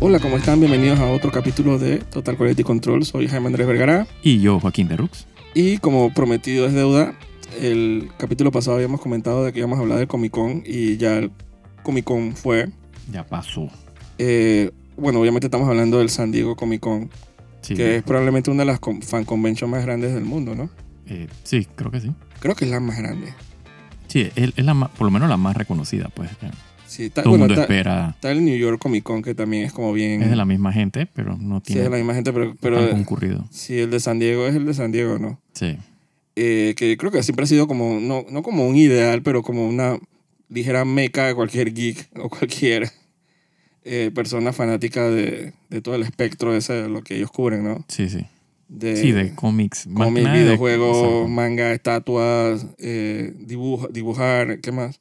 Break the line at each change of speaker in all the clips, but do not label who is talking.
Hola, ¿cómo están? Bienvenidos a otro capítulo de Total Quality Control. Soy Jaime Andrés Vergara.
Y yo, Joaquín de Rux.
Y como prometido es deuda, el capítulo pasado habíamos comentado de que íbamos a hablar del Comic Con y ya el Comic Con fue.
Ya pasó.
Eh, bueno, obviamente estamos hablando del San Diego Comic Con,
Sí,
que es probablemente una de las con- fan conventions más grandes del mundo, ¿no?
eh, sí, creo que sí.
Creo que es la más grande.
Sí, es, es la ma- por lo menos la más reconocida, pues. eh,
Sí, está,
Todo el
Ah, bueno,
mundo
está,
espera.
está el New York Comic Con, que también es como bien.
Es de la misma gente, pero no
sí, es de
tiene
la misma gente, pero, eh,
tan
pero
concurrido.
si el de San Diego es el de San Diego, ¿no?
Sí,
eh, que creo que siempre ha sido como, no, no como un ideal, pero como una ligera meca de cualquier geek o cualquier eh, persona fanática de, de todo el espectro ese de lo que ellos cubren, ¿no?
sí, sí.
De,
sí, de cómics. más que
cómics,
nada de-
videojuegos,
exacto.
manga, estatuas, eh, dibuj- dibujar, ¿qué más?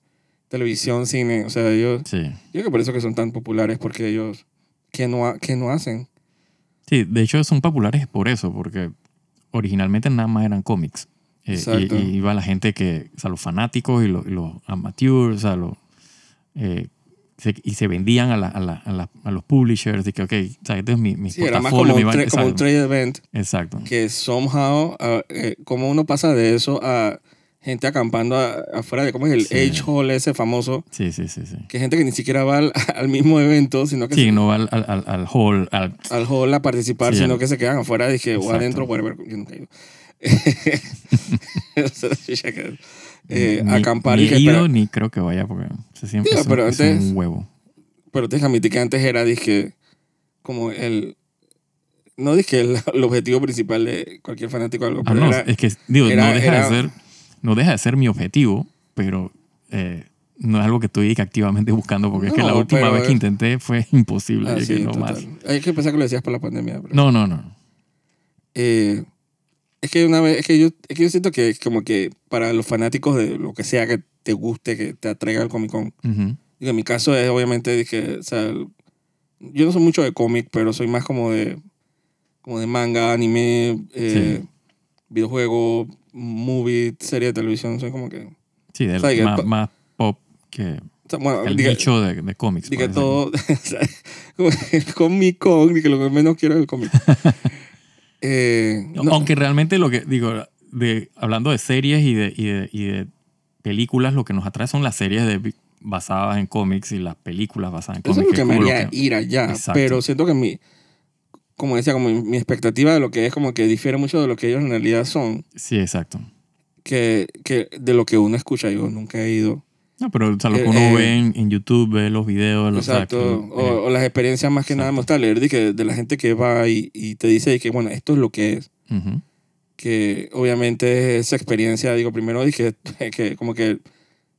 Televisión, cine, o sea, ellos,
Sí.
yo creo que por eso que son tan populares, porque ellos, ¿qué no, ha- qué no hacen?
Sí, de hecho son populares por eso, porque originalmente nada más eran cómics. Eh, y-
Exacto.
y, iba la gente que, o sea, los fanáticos y los, y los amateurs, o sea, los, eh, se- y se vendían a, la- a, la- a la- a los publishers, y que, ok, o sea, este es mi, mi
Sí, era más como
portafolio,
un,
mi vaina,
tra- como un
exacto.
trade event
Exacto.
que somehow, ah, eh, como uno pasa de eso a gente acampando a- afuera de, ¿cómo es el
Sí.
H Hall ese famoso?
Sí, sí, sí, sí.
Que gente que ni siquiera va al, al mismo evento, sino que
Sí,
se-
no va al, al, al- al hall, al-
al hall a participar,
Sí,
sino
al-
que se quedan afuera dije, o
Exacto.
adentro, whatever, yo nunca he ido. O sea, yo ya que- eh,
ni-
acampar
ni
y que
he ido,
espera-
ni creo que vaya, porque se siempre
Digo,
es un-
pero
es
antes-
un huevo.
Pero te admitir que antes era, dije, como el... No dije el, el objetivo principal de cualquier fanático de algo,
Ah,
pero
no,
era-
es que digo,
era-
no, deja
era-
de ser, no deja de ser mi objetivo, pero eh, no es algo que estoy activamente buscando porque es que
No,
la última
pero
vez
es-
que intenté fue imposible.
Ah,
y
sí,
que no,
total.
más.
Hay que pensar que lo decías por la pandemia. pero-
no, no, no.
Eh, es que una vez, es que yo, es que yo siento que es como que para los fanáticos de lo que sea que te guste, que te atraiga el Comic Con.
Ujú.
Digo, en mi caso es obviamente dije, o sea, el- yo no soy mucho de cómic, pero soy más como de como de manga, anime, eh,
Sí.
videojuego, movie, serie de televisión, soy como que o
Sí, de-
O sea, que
más,
to-
más pop que
sea, bueno,
el
diga-
nicho de, de cómics.
diga
parece.
todo, o sea, como que el Comic Con, que lo que menos quiero es el cómic. Eh, no,
Aunque realmente lo que digo, de, hablando de series y de, y, de, y de películas, lo que nos atrae son las series de- basadas en cómics y las películas basadas en
Eso
cómics.
Pues es lo
que
que
es
me
como lo
haría
que-
ir allá.
Exacto.
Pero siento que mi, como decía, como mi, mi expectativa de lo que es, como que difiere mucho de lo que ellos en realidad son,
Sí, exacto.
que, que de lo que uno escucha. Yo nunca he ido.
No, pero o sea, lo
Eh,
que uno
eh,
ve en, en YouTube, ve los videos, los
Exacto. o, o las experiencias más que nada me gusta leer de, que, de la gente que va y, y te dice que, bueno, esto es lo que es.
eh,
Que obviamente esa experiencia, digo, primero dije que como que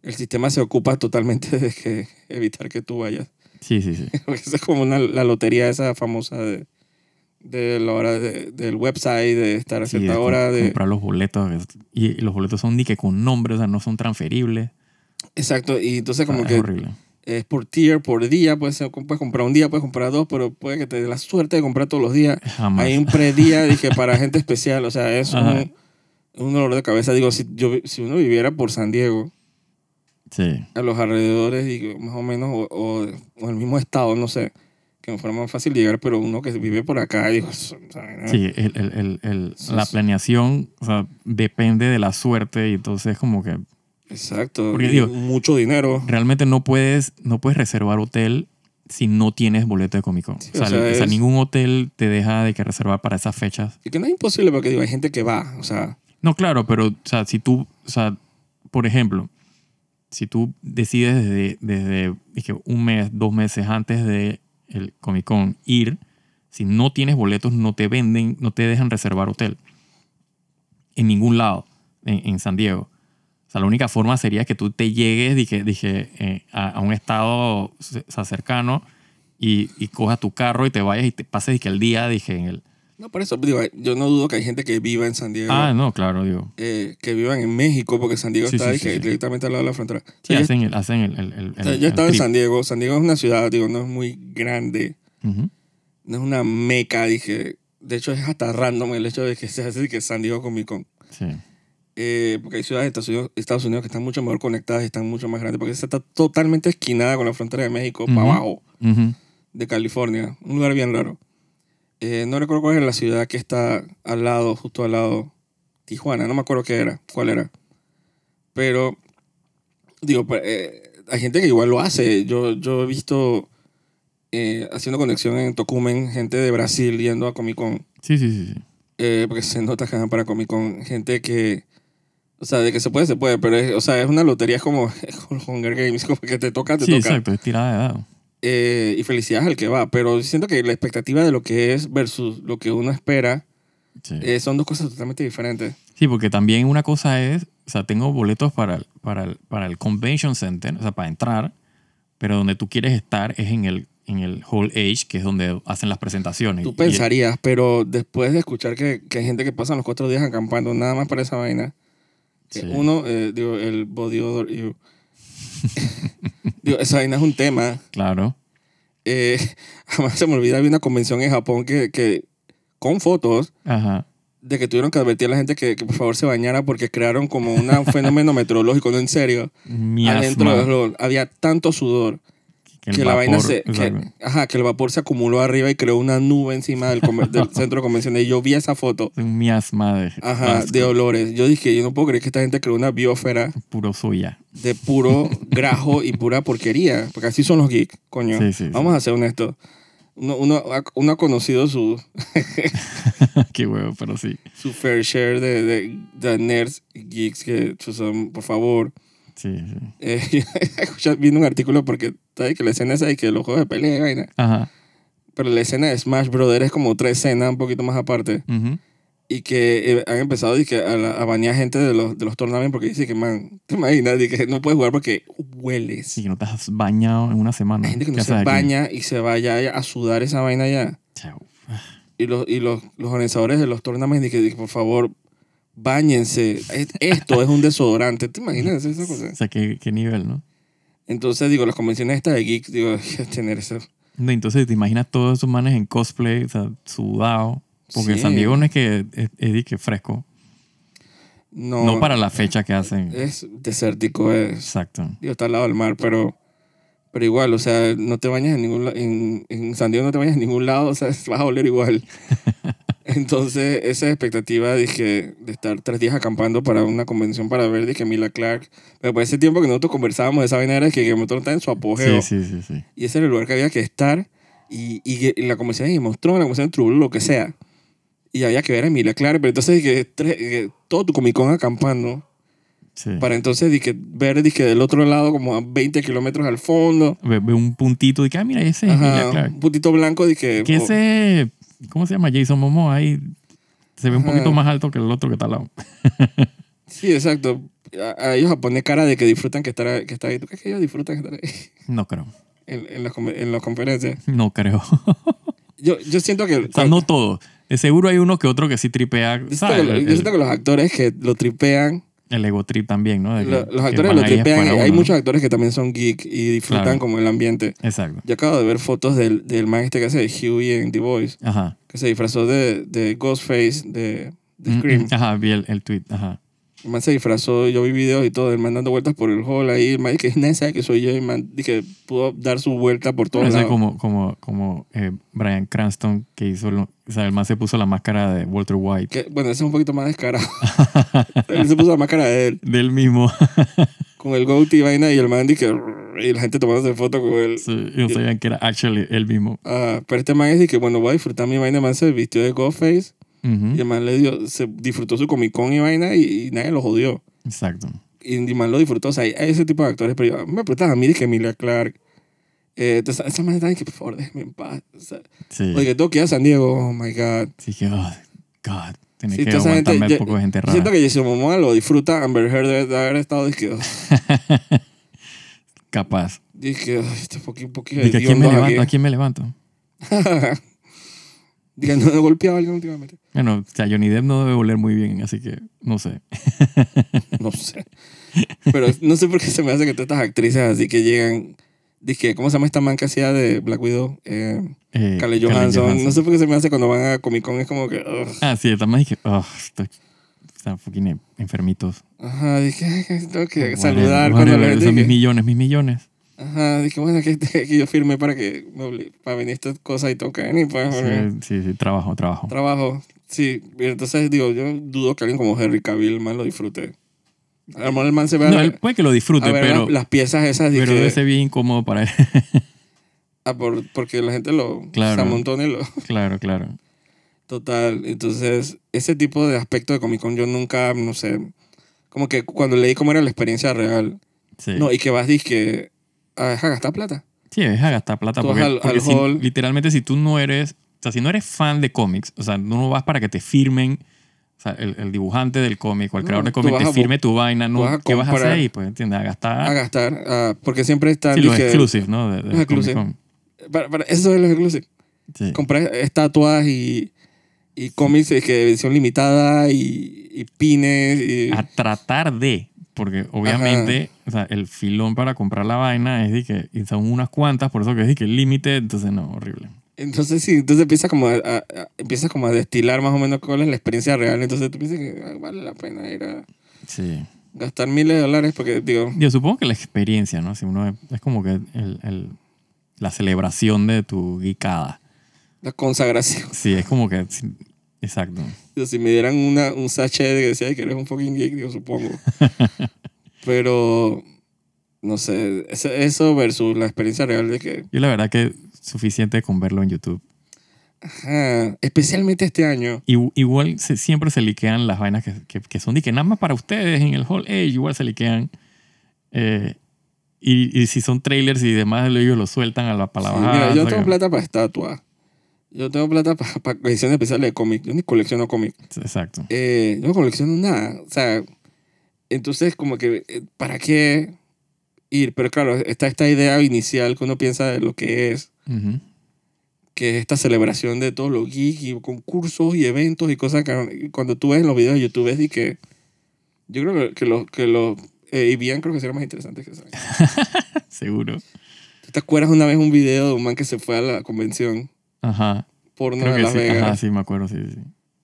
el sistema se ocupa totalmente de que evitar que tú vayas.
Sí, sí, sí.
Porque esa es como una, la lotería esa famosa de, de la hora de- del website, de estar a
Sí,
cierta
de com-
hora. De,
comprar los boletos. es- Y los boletos son ni que con nombre, o sea, no son transferibles.
exacto, y entonces
O sea,
como
Ah, es
que
horrible.
es por tier, por día, puedes, ser- puedes comprar un día, puedes comprar dos, pero puede que te dé la suerte de comprar todos los días.
Jamás.
Hay un predía, dije, para gente especial, o sea, es
Ajá.
un, un dolor de cabeza. Digo, si, yo, vi- si uno viviera por San Diego,
Sí,
a los alrededores, digo, más o menos, o, o, o el mismo estado, no sé, que fuera más fácil llegar, pero uno que vive por acá, digo, eso, o sea, ¿no?
sí el- el- el- el-
Sí,
la
sí.
planeación o sea, depende de la suerte y entonces como que
Exacto.
Porque
y
digo-
mucho dinero.
realmente no puedes, no puedes reservar hotel si no tienes boleto de Comic Con.
Sí,
o, sea,
o sea,
el- o sea,
es-
ningún hotel te deja de que reservar para esas fechas.
Y que no es imposible porque digo, hay gente que va. O sea,
No, claro, pero o sea, si tú, o sea, por ejemplo, si tú decides desde, desde dije, un mes, dos meses antes de el Comic Con ir, si no tienes boletos, no te venden, no te dejan reservar hotel en ningún lado en, en San Diego. O sea, la única forma sería que tú te llegues, dije, dije eh, a, a un estado c- o sea, cercano y, y cojas tu carro y te vayas y te pases dije, el día, dije, en el...
no por eso. Digo, yo no dudo que hay gente que viva en San Diego.
Ah, no, claro, digo.
eh, que vivan en México porque San Diego
Sí,
está
sí, sí,
dije,
sí.
directamente al lado de la frontera. O
Sí,
sea, yo,
hacen el, hacen el, el, el-
o sea,
el-
yo he
el
estado en
trip.
San Diego. San Diego es una ciudad, digo, no es muy grande.
Ujú.
No es una meca, dije. De hecho, es hasta random el hecho de que se hace que San Diego Comic Con.
Sí,
Eh, porque hay ciudades de Estados Unidos, Estados Unidos que están mucho mejor conectadas y están mucho más grandes porque esa está totalmente esquinada con la frontera de México para
Ujú.
abajo.
Ujú.
de California, un lugar bien raro. Eh, no recuerdo cuál es la ciudad que está al lado, justo al lado, Tijuana, no me acuerdo qué era, cuál era. Pero, digo, eh, hay gente que igual lo hace. Yo, yo he visto eh, haciendo conexión en Tocumen gente de Brasil yendo a Comic Con.
Sí, sí, sí. sí.
Eh, porque se nota que van para Comic Con gente que. O sea, de que se puede, se puede, pero es, o sea, es una lotería, es como es como Hunger Games, como que te toca, te
Sí,
toca.
exacto, es tirada de dado.
Eh, y felicidades al que va, pero siento que la expectativa de lo que es versus lo que uno espera
Sí.
eh, son dos cosas totalmente diferentes.
Sí, porque también una cosa es, o sea, tengo boletos para, el- para, el, para el Convention Center, o sea, para entrar, pero donde tú quieres estar es en el, en el Hall H, que es donde hacen las presentaciones.
Tú
Y-
pensarías, pero después de escuchar que, que hay gente que pasa los cuatro días acampando nada más para esa vaina, que
Sí.
uno, eh, digo, el body odor, y- digo, esa vaina es un tema.
Claro.
Eh, jamás se me olvida, había una convención en Japón que, que con fotos
Ajá.
de que tuvieron que advertir a la gente que, que por favor se bañara porque crearon como una- un fenómeno meteorológico, no en serio. Adentro
Miasma.
del horno había tanto sudor
que
que
el
la vaina
vapor-
se,
o sea,
que, ajá, que el vapor se acumuló arriba y creó una nube encima del, conven- del centro de convenciones. Y yo vi esa foto,
un miasma de,
ajá,
asco,
de olores. Yo dije, yo no puedo creer que esta gente creó una biosfera
puro soya.
de puro grajo y pura porquería. Porque así son los geeks, coño.
Sí, sí, sí.
Vamos a ser honestos. Uno, uno ha, uno ha conocido su,
Qué huevo, pero sí.
su fair share de, de, de nerds y geeks que son, por favor.
Sí, sí.
Eh, escucha- viendo un artículo porque ¿sabes? que la escena esa de que los juegos de pelea y vaina.
Ajá.
Pero la escena de Smash Brothers es como otra escena un poquito más aparte.
Ujú.
Y que eh, han empezado dizque, a, la- a banear gente de los, de los tournaments porque dice que, man, te imaginas, que no puedes jugar porque hueles.
Sí, que no te has bañado en una semana.
Hay gente que
¿Qué
no
haces
se
aquí?
baña y se vaya a sudar esa vaina ya.
Chao.
Y los, y los, los organizadores de los tournaments dizque, dizque, por favor, bañense. Esto es un desodorante. ¿Te imaginas esa cosa?
O sea, qué, qué nivel, ¿no?
Entonces, digo, las convenciones estas de geeks, digo, tener eso.
No, entonces te imaginas todos esos manes en cosplay, o sea, sudado. Porque
Sí.
San Diego no es que es, es de que fresco.
No,
No, para la fecha que hacen.
Es desértico, es.
Exacto.
Digo, está al lado del mar, pero. Pero igual, o sea, no te bañas en ningún la- en, en San Diego no te bañas en ningún lado, o sea, vas a oler igual. Entonces, esa expectativa dije, de estar tres días acampando para una convención para ver, dije, Mila Clark. Pero por ese tiempo que nosotros conversábamos de esa vaina era que Game of Thrones está en su apogeo.
Sí, sí, sí, sí.
Y ese era el lugar que había que estar. Y, y, que- y la convención de mostró la convención de True Blue, lo que sea. Y había que ver a Emilia Clark. Pero entonces, que, tres- que todo tu Comic Con acampando.
sí.
Para entonces di que ver di que del otro lado, como a 20 kilómetros al fondo.
Ve, ve un puntito de que, ah, mira, ese es Emilia
Ajá,
Clarke.
un puntito blanco. di que
Que
oh,
ese, ¿cómo se llama? Jason Momoa ahí se ve un
Ajá.
poquito más alto que el otro que está al lado.
Sí, exacto. A, a ellos a poner cara de que disfrutan que estar, que estar ahí. ¿Tú crees que ellos disfrutan estar ahí
No creo.
en, en, las, conven- en las conferencias?
No creo.
Yo, yo siento que...
O sea, no todo. De seguro hay uno que otro que sí tripea.
yo siento
¿sabes?
que lo-
El,
yo siento que los actores que lo tripean
el ego trip también, ¿no? De que-
Lo-
que
los actores
van
lo
ahí a
tripean.
escuadra
Hay
uno, ¿no?
muchos actores que también son geek y disfrutan
Claro.
como el ambiente.
Exacto.
Yo acabo de ver fotos del, del man este que hace de Huey en The Voice,
Ajá.
que se disfrazó de, de Ghostface de, de
Mm,
Scream.
mm, Ajá, vi el, el tweet. Ajá.
El man se disfrazó, yo vi videos y todo, el man dando vueltas por el hall ahí. El man que nadie sabe que soy yo. Y el man di que pudo dar su vuelta por
Pero
todos
eso es
lados.
como, como, como eh, Brian Cranston que hizo, lo- o sea, el man se puso la máscara de Walter White,
Que, bueno, ese es un poquito más descarado. él se puso la máscara de él
del mismo.
con el goatee y vaina y el man di que... Y la gente tomándose fotos con él.
Sí, y no sabían que era actually el mismo.
Ah, pero este man es de que, bueno, voy a disfrutar mi vaina. El man se vistió de Ghostface.
Ujú,
Y el man le dio, se disfrutó su Comic Con y vaina y, y nadie lo jodió.
Exacto.
Y el man lo disfrutó. O sea, hay hay ese tipo de actores. Pero yo, me preguntas a mí, que Emilia Clark. Eh, entonces, esa man está que por favor, déjeme en paz. O sea,
Sí.
Oye, que tengo que ir a San Diego. Oh my God.
Así que, oh, God, tenés
Sí,
que
toda esa gente-
aguantarme
yo-
un poco de gente rara.
Siento que Jason Momoa lo disfruta. Amber Heard debe de haber estado. Dije, oh,
Capaz.
dije, oh, este poquito, poquito
Dije, ¿a quién me
hediondo
levanto? ¿A
aquí.
quién me levanto?
Dije, no he golpeado a alguien últimamente.
Bueno, o sea, Johnny Depp no debe oler muy bien, así que no sé.
No sé. Pero no sé por qué se me hace que todas estas actrices así que llegan. Dije, ¿cómo se llama esta man que hacía de Black Widow? Eh,
Eh,
Kale Johansson. No sé por qué se me hace cuando van a Comic Con. Es como que. ugh.
Ah, sí, también dije, oh, estoy, están fucking enfermitos.
Ajá, dije, "Ay, tengo que
Whatever,
saludar cuando
whatever,
le
Son mis
dije.
millones, mis millones.
Ajá, dije, bueno, que, que yo firmé para que me obli- para venir esta cosa y toca venir, pues. porque
Sí, sí, sí, trabajo, trabajo.
Trabajo. Sí, y entonces digo, yo dudo que alguien como Henry Cavill más lo disfrute. A lo mejor el man se vea
No, él puede que lo disfrute,
a ver
pero,
las, las piezas esas
pero
dije,
debe ser bien incómodo para él.
ah, por- porque la gente lo
Claro.
se amontona y lo
claro, claro.
total entonces ese tipo de aspecto de Comic Con yo nunca no sé como que cuando leí cómo era la experiencia real
Sí.
no y que vas dizque a dejar gastar plata
Sí, es a gastar plata.
Tú
Porque,
vas al-
porque
al
si-
hall.
literalmente, si tú no eres. O sea, si no eres fan de cómics, o sea, no vas para que te firmen. O sea, el, el dibujante del cómic o el
No,
creador de
tú
cómic te
vas a bu-
firme tu vaina. No,
vas a
¿Qué vas a hacer
comprar-
ahí? Pues, ¿entiendes? A
a
gastar.
gastar ah, porque siempre están
Sí, los
dizque-
exclusives, ¿no? De, de
Los exclusive.
Comic-Con.
para- para- eso es lo exclusivo
Sí.
comprar estatuas y y cómics eh, que de edición limitada y, y pines y
a tratar de, porque obviamente o sea, el filón para comprar la vaina es de que y son unas cuantas, por eso que es de que el límite, entonces no, horrible.
Entonces sí, entonces empiezas como a, a- a- empiezas como a destilar más o menos cuál es la experiencia real. Entonces tú piensas que ah, vale la pena ir a
Sí.
gastar miles de dólares porque, digo,
Yo supongo que la experiencia, ¿no? Si uno es, es como que el- el- la celebración de tu guicada.
la consagración.
Sí, es como que... sí, exacto.
Digo, si me dieran una, un sachet de que decía "Ay, que eres un fucking geek, digo, supongo. Pero, no sé, ese- eso versus la experiencia real de que,
Yo la verdad que suficiente con verlo en YouTube.
ajá, especialmente este año,
Y, igual se- siempre se liquean las vainas que, que, que son de que nada más para ustedes en el hall. Ey, igual se liquean. Eh, y, y si son trailers y demás, ellos lo sueltan a la
sí,
palabra.
mira, yo tengo plata para estatuas. Yo tengo plata para ediciones especiales de cómics. Yo ni colecciono cómics.
Exacto.
eh, yo no colecciono nada. O sea, entonces como que, eh, ¿para qué ir? Pero claro, está esta idea inicial que uno piensa de lo que es,
Ujú.
que es esta celebración de todos los geeks y concursos y eventos y cosas que cuando tú ves los videos de YouTube es y que yo creo que- que los que los eh, y bien creo que será más interesante que eso.
Seguro.
¿Tú te acuerdas una vez un video de un man que se fue a la convención
Ajá.
porno
Creo
de
que
Las
sí.
Vegas?
Ajá, sí, me acuerdo. Sí, sí.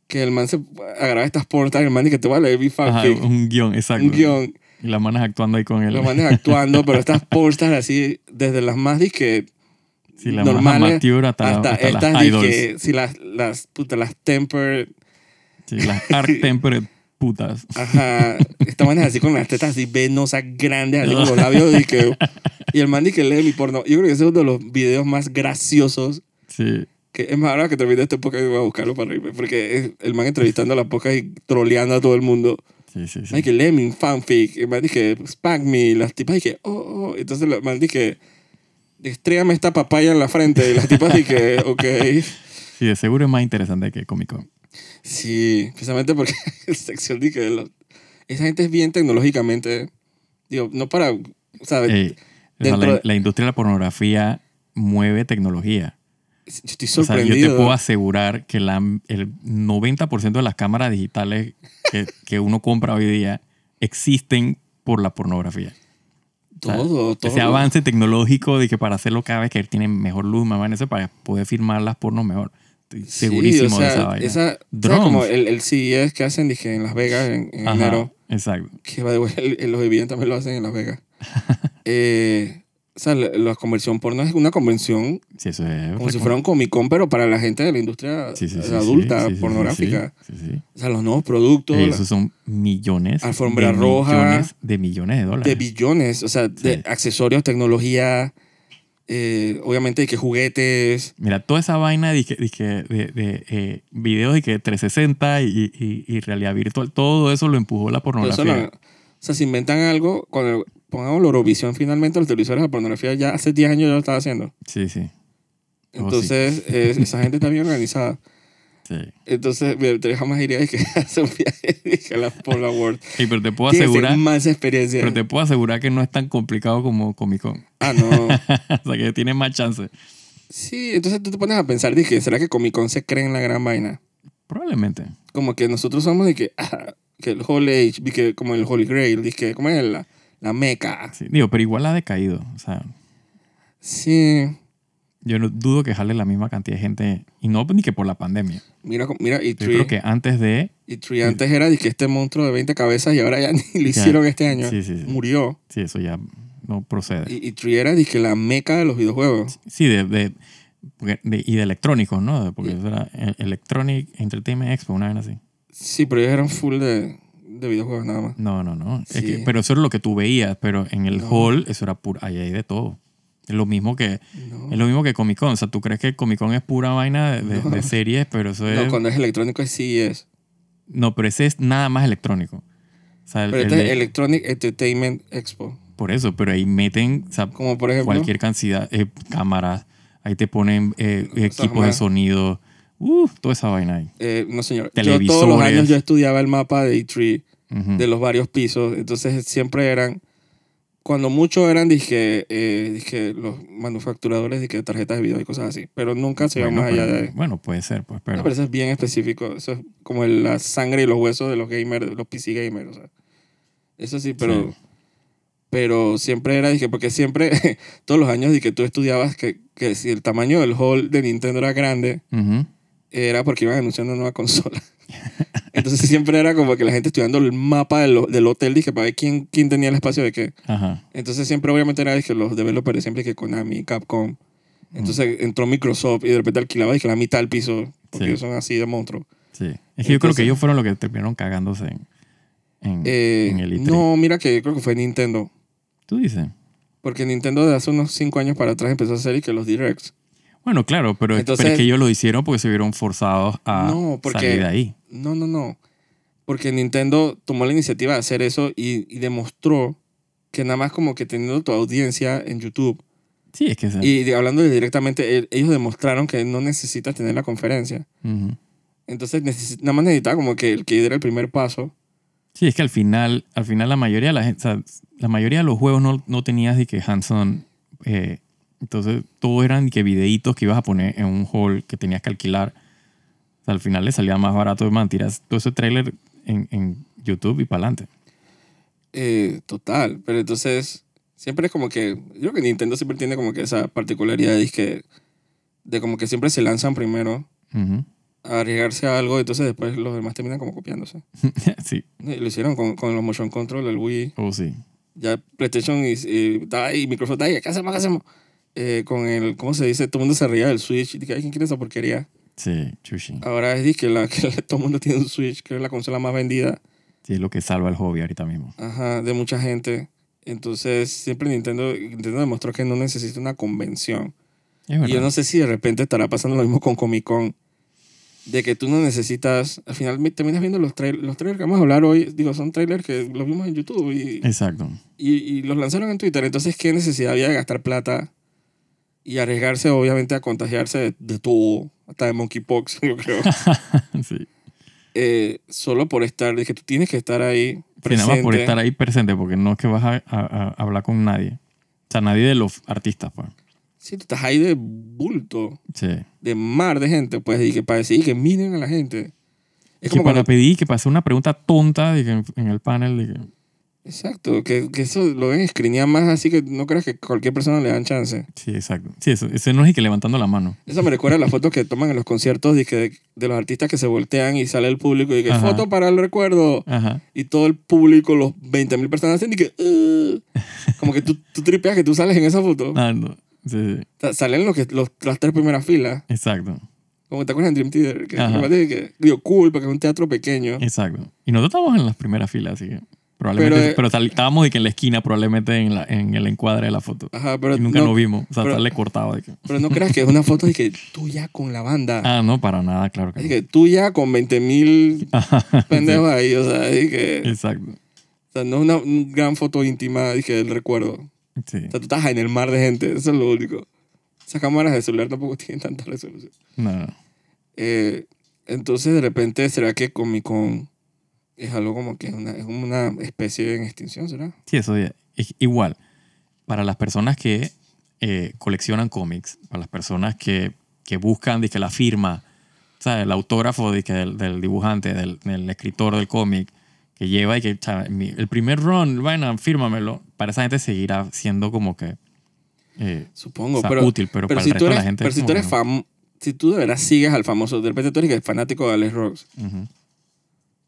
Que el man se agarraba estas portas y el man dice que te voy a leer mi
Ajá,
fanfic,
un guión, exacto.
Ah, un guión.
Y las manas actuando ahí con él.
Los manes actuando, pero estas postas así, desde las más disque
Sí, las manas
normales
amateur hasta,
hasta,
hasta las
estas
idols.
disque, si las, las, puta, las temper,
Sí, las art tempered putas.
ajá, estas manes así con las tetas así venosas, grandes, así con los labios, disque, y el man disque lee mi porno. Yo creo que ese es uno de los videos más graciosos,
Sí.
que es más, ahora que termine este podcast voy a buscarlo para reírme, porque es el man entrevistando a las pocas y troleando a todo el mundo.
Sí, sí, sí.
Hay que leer mi fanfic. Y me dije, spank me. Y las tipas dije, oh, oh. Entonces la- me dije, estrégame esta papaya en la frente. Y las tipas dije, ok.
Sí, de seguro es más interesante que Comic Con.
Sí, precisamente porque el sección dije, de los- esa gente es bien tecnológicamente. Digo, no para, ¿sabes?
Ey, o sea,
dentro
la,
de-
la industria de la pornografía mueve tecnología.
Yo estoy
O sea, yo te
sorprendido. ¿eh?
puedo asegurar que la, el 90% de las cámaras digitales que, que uno compra hoy día existen por la pornografía.
todo, todo.
Ese avance tecnológico de que para hacerlo cada vez que tienen mejor luz, más vaina, eso para poder firmar las pornos mejor. Estoy
Sí,
segurísimo
o sea,
de esa vaina.
esa- ¿sabes
Drones.
como el, el CES que hacen, dije, en Las Vegas en, en
Ajá,
enero.
Exacto.
que by the way, el- el- los vivientes también lo hacen en Las Vegas. Eh, o sea, la, la convención porno es una convención
Sí, eso es.
como si fuera un Comic Con, pero para la gente de la industria
Sí, sí, sí, sí,
adulta
sí, sí, sí,
pornográfica.
sí, sí.
O sea, los nuevos productos
Eh,
la-
Esos son millones.
Alfombra
de
roja.
millones de millones de dólares.
de billones, o sea, de
Sí.
accesorios, tecnología, eh, obviamente hay que juguetes.
Mira, toda esa vaina de, que- de que- de- de, eh, videos de que 360 y, y- y realidad virtual, todo eso lo empujó la
Pero eso
pornografía.
no- o sea, si inventan algo, cuando pongamos la Eurovisión finalmente, los televisores de pornografía ya hace 10 años ya lo estaba haciendo.
Sí, sí, Oh, sí.
Entonces, eh, esa gente está bien organizada.
sí.
Entonces, me te jamás iría de que hace un viaje dije, a la Polar World.
Ey, pero te puedo
Tiene que ser
asegurar,
más experiencia.
pero te puedo asegurar que no es tan complicado como Comic Con.
Ah, no.
o sea que tienes más chance.
Sí, entonces tú te pones a pensar, dije, ¿será que Comic Con se cree en la gran vaina?
Probablemente.
Como que nosotros somos de que, ah, que el Holy Age, dije, como el Holy Grail, dije, ¿cómo es la, la meca?
Sí, Digo, pero igual ha decaído. O sea,
Sí.
yo no dudo que jale la misma cantidad de gente. Y no ni que por la pandemia.
Mira, co- mira, y
Yo creo
Tree.
que antes de.
Y Tree antes era de que este monstruo de 20 cabezas y ahora ya ni lo hicieron este año.
Sí, sí, sí.
Murió.
Sí, eso ya no procede.
Y, y Tree era dizque, la meca de los videojuegos.
Sí, de, de- porque- de- y de electrónicos, ¿no? Porque
Sí.
eso era eh, Electronic Entertainment Expo, una vez así.
Sí, pero ellos eran full de, de videojuegos nada más.
No, no, no. Es
Sí.
que- pero eso era lo que tú veías, pero en el
No.
hall eso era pura, ahí hay de todo. Es lo mismo que,
No.
es lo mismo que Comic Con. O sea, tú crees que Comic Con es pura vaina de, de-
No.
de series, pero eso es...
No, cuando es electrónico sí es.
No, pero ese es nada más electrónico. O sea, el-
Pero
el
este es
de-
Electronic Entertainment Expo.
por eso, pero ahí meten o sea,
Como por ejemplo.
cualquier cantidad, eh, cámaras, ahí te ponen eh, equipos de
jamás.
sonido, uh, toda esa vaina ahí.
eh, no, señor. Yo todos los
Televisores. Mm.
años yo estudiaba el mapa de E3,
Ujú.
de los varios pisos. Entonces siempre eran. Cuando mucho eran, dije, eh, dije los manufacturadores dije, tarjetas de video y cosas así. Pero nunca se iba
bueno,
más allá
pero-
de.
bueno, puede ser, pues, pero...
No, pero eso es bien específico. Eso es como el- la sangre y los huesos de los gamers, de los PC gamers. o sea. Eso sí, pero.
Sí.
Pero siempre era, dije, porque siempre, todos los años, dije, tú estudiabas que, que si el tamaño del hall de Nintendo era grande,
Ujú.
era porque iban anunciando una nueva consola. Entonces siempre era como que la gente estudiando el mapa del, del hotel, dije, para ver quién, quién tenía el espacio de qué.
Ajá.
Entonces siempre obviamente era que los developers siempre que Konami, Capcom. Entonces entró Microsoft y de repente alquilaba dije, la mitad del piso, porque
Sí.
ellos son así de monstruo.
Mm, Sí. Es que yo creo
Entonces-
que ellos fueron los que terminaron cagándose en, en,
Eh,
en el E E3.
no, mira que yo creo que fue Nintendo.
Tú dices.
Porque Nintendo de hace unos 5 años para atrás empezó a hacer y que los directs.
Bueno, claro, pero, es-
Entonces-
pero es que ellos lo hicieron porque se vieron forzados a
No, porque-
salir de ahí.
No, no, no. Porque Nintendo tomó la iniciativa de hacer eso y, y demostró que nada más como que teniendo tu audiencia en YouTube
Sí, es que se...
y de- hablando directamente, el- ellos demostraron que no necesitas tener la conferencia.
Ujú.
Entonces neces- nada más necesitaba como que el que diera el primer paso.
Sí, es que al final, al final la mayoría de la gente, o sea, la mayoría de los juegos no, no tenías de que Hanson, eh, entonces todos eran de que videitos que ibas a poner en un hall que tenías que alquilar. O sea, al final le salía más barato de mantiras todo ese trailer en, en YouTube y para adelante.
Eh, total, pero entonces siempre es como que, yo creo que Nintendo siempre tiene como que esa particularidad de que, de como que siempre se lanzan primero a arriesgarse a algo, entonces después los demás terminan como copiándose.
sí,
Y Lo hicieron con, con los motion control, el Wii,
oh sí.
ya PlayStation y, y, estaba ahí, Microsoft, estaba ahí, ¿qué hacemos? ¿Qué hacemos? Eh, con el, ¿cómo se dice? Todo el mundo se ría del Switch. y Dije, "Ay, ¿quién quiere esa porquería?
Sí, chushi.
Ahora es que, la, que todo el mundo tiene un Switch, que es la consola más vendida
Sí, es lo que salva el hobby ahorita mismo.
ajá, de mucha gente. Entonces, siempre Nintendo, Nintendo demostró que no necesita una convención.
Es verdad.
Y yo no sé si de repente estará pasando lo mismo con Comic Con. De que tú no necesitas. Al final me- terminas viendo los, trail- los trailers que vamos a hablar hoy. Digo, son trailers que los vimos en YouTube y,
Exacto.
y, y los lanzaron en Twitter. Entonces, ¿qué necesidad había de gastar plata y arriesgarse, obviamente, a contagiarse de, de todo? Hasta de monkeypox, yo creo.
sí.
Eh, solo por estar. De que tú tienes que estar ahí.
Sí, nada más por
presente.
estar ahí presente, porque no es que vas a, a- a hablar con nadie. O sea, nadie de los artistas, pues.
Sí, tú estás ahí de bulto.
Sí.
de mar de gente, pues, y que para decir que miren a la gente. Es
que
como
para
cuando,
pedir que pasé una pregunta tonta de que en, en el panel de que-
exacto, que, que eso lo ven escrinear más, así que no creas que cualquier persona le dan chance.
sí exacto sí eso ese no es y que levantando la mano
Eso me recuerda a las fotos que toman en los conciertos de, que, de los artistas que se voltean y sale el público y que
Ajá.
foto para el recuerdo.
ajá
Y todo el público, los 20.000 personas hacen y que... "Uh". como que tú, tú tripeas que tú sales en esa foto.
Ah, no. sí, sí,
Ta- Salen los que, los, las tres primeras filas.
exacto
Como te acuerdas en Dream Theater. Que,
Ajá.
que, que dio culpa, que es un teatro pequeño.
exacto y nosotros estábamos en las primeras filas así que probablemente
Pero,
pero,
eh,
sal- estábamos de que en la esquina probablemente en, la, en el encuadre de la foto
Ajá, pero
y nunca
no-
nos vimos o sea
pero-
tal le cortaba de que
Pero no creas que es una foto de que tuya con la banda.
ah no para nada claro que
Así
no.
que tuya con 20 mil
Ajá,
pendejos ahí. O sea, así que,
exacto
o sea, no es una un gran foto íntima dije, del recuerdo. O
sí
sea, tú estás en el mar de gente. Eso es lo único. Esas cámaras de celular tampoco tienen tanta resolución.
no, no.
Eh, entonces, de repente, ¿será que Comic Con es algo como que es una, es una especie en extinción? ¿Será?
Sí, eso ya- es igual. Para las personas que eh, coleccionan cómics, para las personas que, que buscan dizque, la firma, ¿sabes? el autógrafo dizque, del, del dibujante, del, del escritor del cómic, que lleva y que cha- mi- el primer run, bueno, fírmamelo. Para esa gente seguirá siendo como que eh,
Supongo,
o sea,
pero.
útil, pero,
pero
para
si
el
tú
resto de
eres,
la gente.
pero
es
si
como
tú eres
que
fam- si tú de verdad sigues al famoso, de repente tú eres el fanático de Alex Ross.
no. Ujú.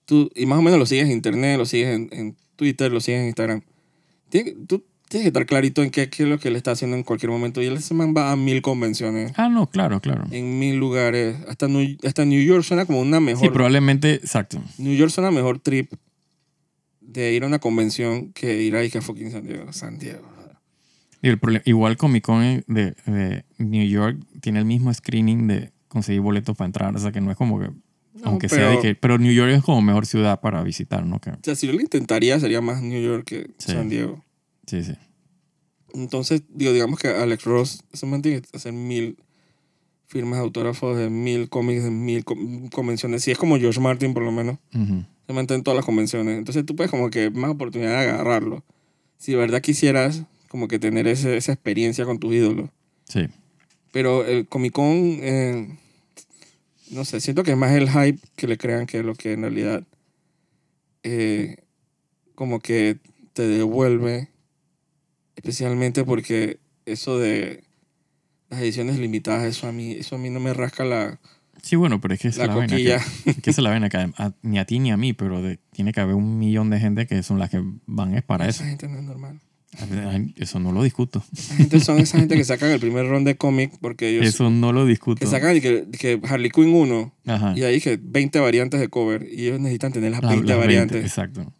tú, y más o menos lo sigues en internet, lo sigues en, en Twitter, lo sigues en Instagram. Tiene que- tú tiene que estar clarito en qué, qué es lo que él está haciendo en cualquier momento. Y él se man va a mil convenciones,
Ah, no, claro, claro.
en mil lugares. Hasta New, hasta New York suena como una mejor.
Sí, probablemente, exacto.
New York suena mejor trip de ir a una convención que ir a Ica fucking San Diego. San Diego.
Y el prole- igual Comic Con de, de New York tiene el mismo screening de conseguir boletos para entrar, o sea que no es como que,
No,
aunque
pero,
sea de que, pero New York es como mejor ciudad para visitar, ¿no? Que-
O sea, si yo lo intentaría, sería más New York que
Sí.
San Diego.
sí, sí.
Entonces, digo, digamos que Alex Ross se mantiene que hacer mil firmas de autógrafos de mil cómics, de mil com- convenciones. Si es como George Martin, por lo menos,
Ujú.
se mantiene en todas las convenciones. Entonces, tú puedes como que más oportunidad de agarrarlo. Si de verdad quisieras como que tener ese- esa experiencia con tus ídolos.
Sí,
Pero el Comic Con, eh, no sé, siento que es más el hype que le crean que lo que en realidad eh, como que te devuelve, especialmente porque eso de las ediciones limitadas, eso a mí, eso a mí no me rasca la,
sí, bueno, pero es que es
la
la, vaina.
coquilla.
Que, es que esa es la vaina que a- ni a ti ni a mí, pero de- tiene que haber un millón de gente que son las que van es para eso.
Esa gente no es normal.
Ay, Eso no lo discuto.
Esa gente son esa gente que sacan el primer round de cómic porque ellos...
Eso no lo discuto.
Que sacan y que, que Harley Quinn 1
Ajá.
y ahí que 20 variantes de cover y ellos necesitan tener las
La-
20
Ah. las 20,
variantes.
exacto.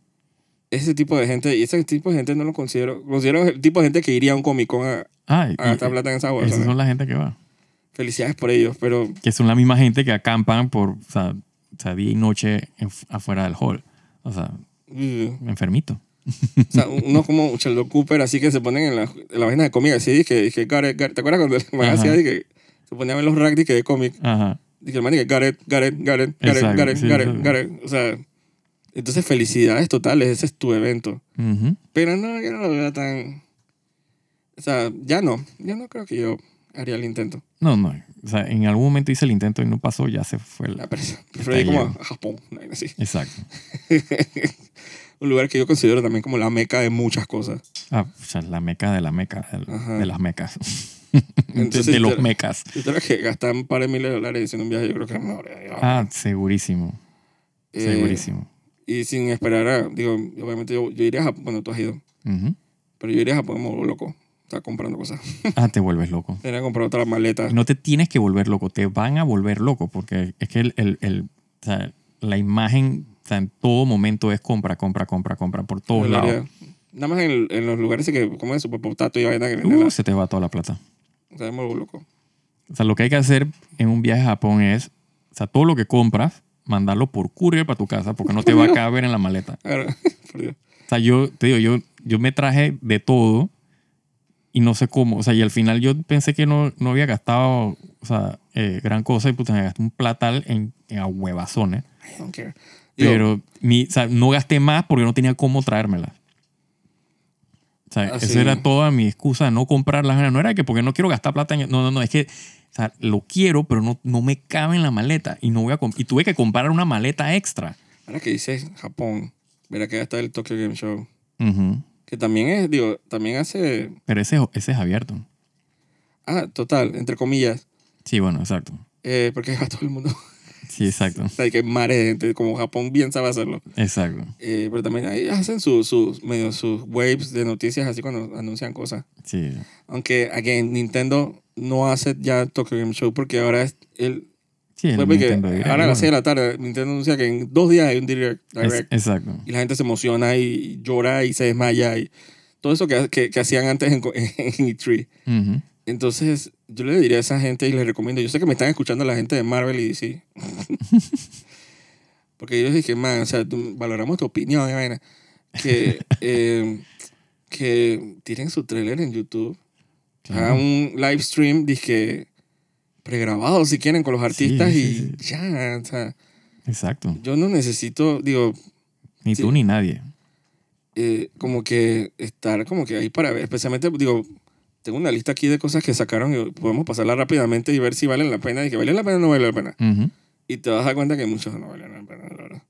ese tipo de gente, y ese tipo de gente no lo considero, considero el tipo de gente que iría a un Comic Con a,
Ay,
a gastar plata en esa bolsa.
esas
¿no?
son la gente que va.
Felicidades por ellos, pero
que son la misma gente que acampan por o sea, o sea, día y noche en- afuera del hall. O sea,
mm,
enfermito.
o sea, uno como Sheldon Cooper, así que se ponen en la, en la vaina de cómic, así, que, que Gareth, Gareth, ¿te acuerdas cuando el man
Ajá.
hacía así que se ponía a ver los racks dije, de cómic?
Ajá.
Dije, el man dije, Gareth, Gareth, Gareth, Gareth,
Exacto,
Gareth,
sí,
Gareth,
sí.
Gareth, o sea, entonces felicidades totales, ese es tu evento.
Ujú.
Pero no, yo no lo veo tan, o sea, ya no, yo no creo que yo haría el intento.
No, no. O sea, en algún momento hice el intento y no pasó, ya se fue.
La
La...
presa. Prefiero ir como
Está
a
bien.
a Japón, una vaina así.
Exacto.
un lugar que yo considero también como la meca de muchas cosas.
Ah, o sea, la meca de la meca, del-
Ajá.
de las mecas. De-
Entonces,
de los
te-
mecas.
Yo creo que gastar un par de miles de dólares haciendo un viaje, yo creo que es mejor. ya, ya.
Ah, segurísimo.
Eh,
Segurísimo.
Y sin esperar a, digo, obviamente yo, yo iría a Japón, bueno, tú has ido,
Ujú.
pero yo iría a Japón como loco, o sea, comprando cosas.
Ah, te vuelves loco.
Tenía que comprar otra maleta.
no te tienes que volver loco, te van a volver loco, porque es que el, el- el- o sea, la imagen o sea, en todo momento es compra, compra, compra, compra, por todos
Yo lo haría.
lados.
Nada más en, en los lugares que comen super potato y vaina que venden
Uh,
la-
se te va toda la plata.
o sea, me vuelvo loco.
O sea, lo que hay que hacer en un viaje a Japón es, o sea, todo lo que compras, mandarlo por courier para tu casa, porque no te va a caber en la maleta.
Ahora, por Dios.
O sea, yo te digo, yo, yo me traje de todo y no sé cómo. O sea, y al final yo pensé que no, no había gastado, o sea, eh, gran cosa y puta, me gasté un platal en, en ahuevazones.
I don't care. Digo,
Pero mi, o sea, no gasté más porque no tenía cómo traérmela. O sea,
Ah,
esa
sí.
era toda mi excusa de no comprar las vainas. No era que porque no quiero gastar plata en... No, no, no. Es que o sea, lo quiero, pero no, no me cabe en la maleta. Y, no voy a comp- y tuve que comprar una maleta extra.
ahora que dices Japón, verá que ya está el Tokyo Game Show,
Ujú.
que también es, digo, también hace,
Pero ese, ese es abierto.
ah, total, entre comillas,
Sí, bueno, exacto.
eh, porque va todo el mundo.
Sí, exacto.
O sea, hay que mares de gente, como Japón bien sabe hacerlo.
Exacto.
Eh, pero también ahí hacen sus, sus, medio sus waves de noticias así cuando anuncian cosas.
Sí.
Aunque, again, Nintendo no hace ya Tokyo Game Show porque ahora es el...
Sí, el
fue porque
Nintendo Direct,
ahora a las 6
bueno.
de la tarde Nintendo anuncia que en dos días hay un Direct.
Es-
direct
exacto.
y la gente se emociona y llora y se desmaya y todo eso que, que, que hacían antes en, co- en E E3. Ah,
Ujú.
Entonces, yo le diría a esa gente y les recomiendo. Yo sé que me están escuchando la gente de Marvel y DC. Porque yo les dije, man, o sea, tú- valoramos tu opinión y vaina. Que, eh, que tiren su trailer en YouTube.
Claro.
Hagan un live stream, dije, pregrabado si quieren con los artistas
sí,
y ya. O sea,
Exacto.
yo no necesito, digo,
Ni
Sí.
tú ni nadie.
eh, como que estar como que ahí para ver. Especialmente, digo, tengo una lista aquí de cosas que sacaron y podemos pasarla rápidamente y ver si valen la pena. Y que vale la pena o no vale la pena.
Ujú.
Y te vas a dar cuenta que muchos no valen la pena, la verdad.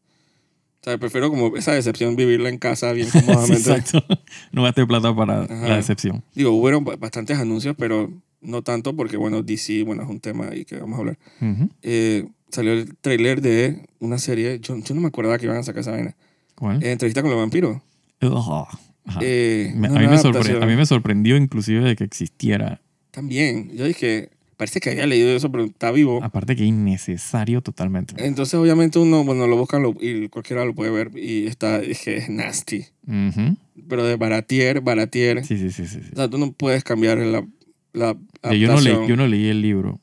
O sea, prefiero como esa decepción vivirla en casa bien
Sí,
cómodamente.
exacto. No gasté plata para
Ajá.
la decepción.
digo, hubieron ba- bastantes anuncios, pero no tanto porque, bueno, DC, bueno, es un tema ahí que vamos a hablar.
Ujú.
Eh, salió el tráiler de una serie, yo, yo no me acordaba que iban a sacar esa vaina.
¿Cuál?
Eh, entrevista con los vampiros.
Ugh. Ajá.
eh,
Ah, Me- a,
una
mí me sorpre-
adaptación.
a mí me sorprendió inclusive de que existiera.
También, yo dije, parece que había leído eso, pero está vivo.
Aparte que innecesario totalmente.
Entonces, obviamente, uno, bueno, lo buscan lo- y cualquiera lo puede ver y está, dije, es nasty.
Ujú.
Pero de baratier, baratier.
Sí, sí, sí, sí. sí.
O sea, tú no puedes cambiar la, la
Yo- Yo, no
adaptación.
leí, yo no leí el libro,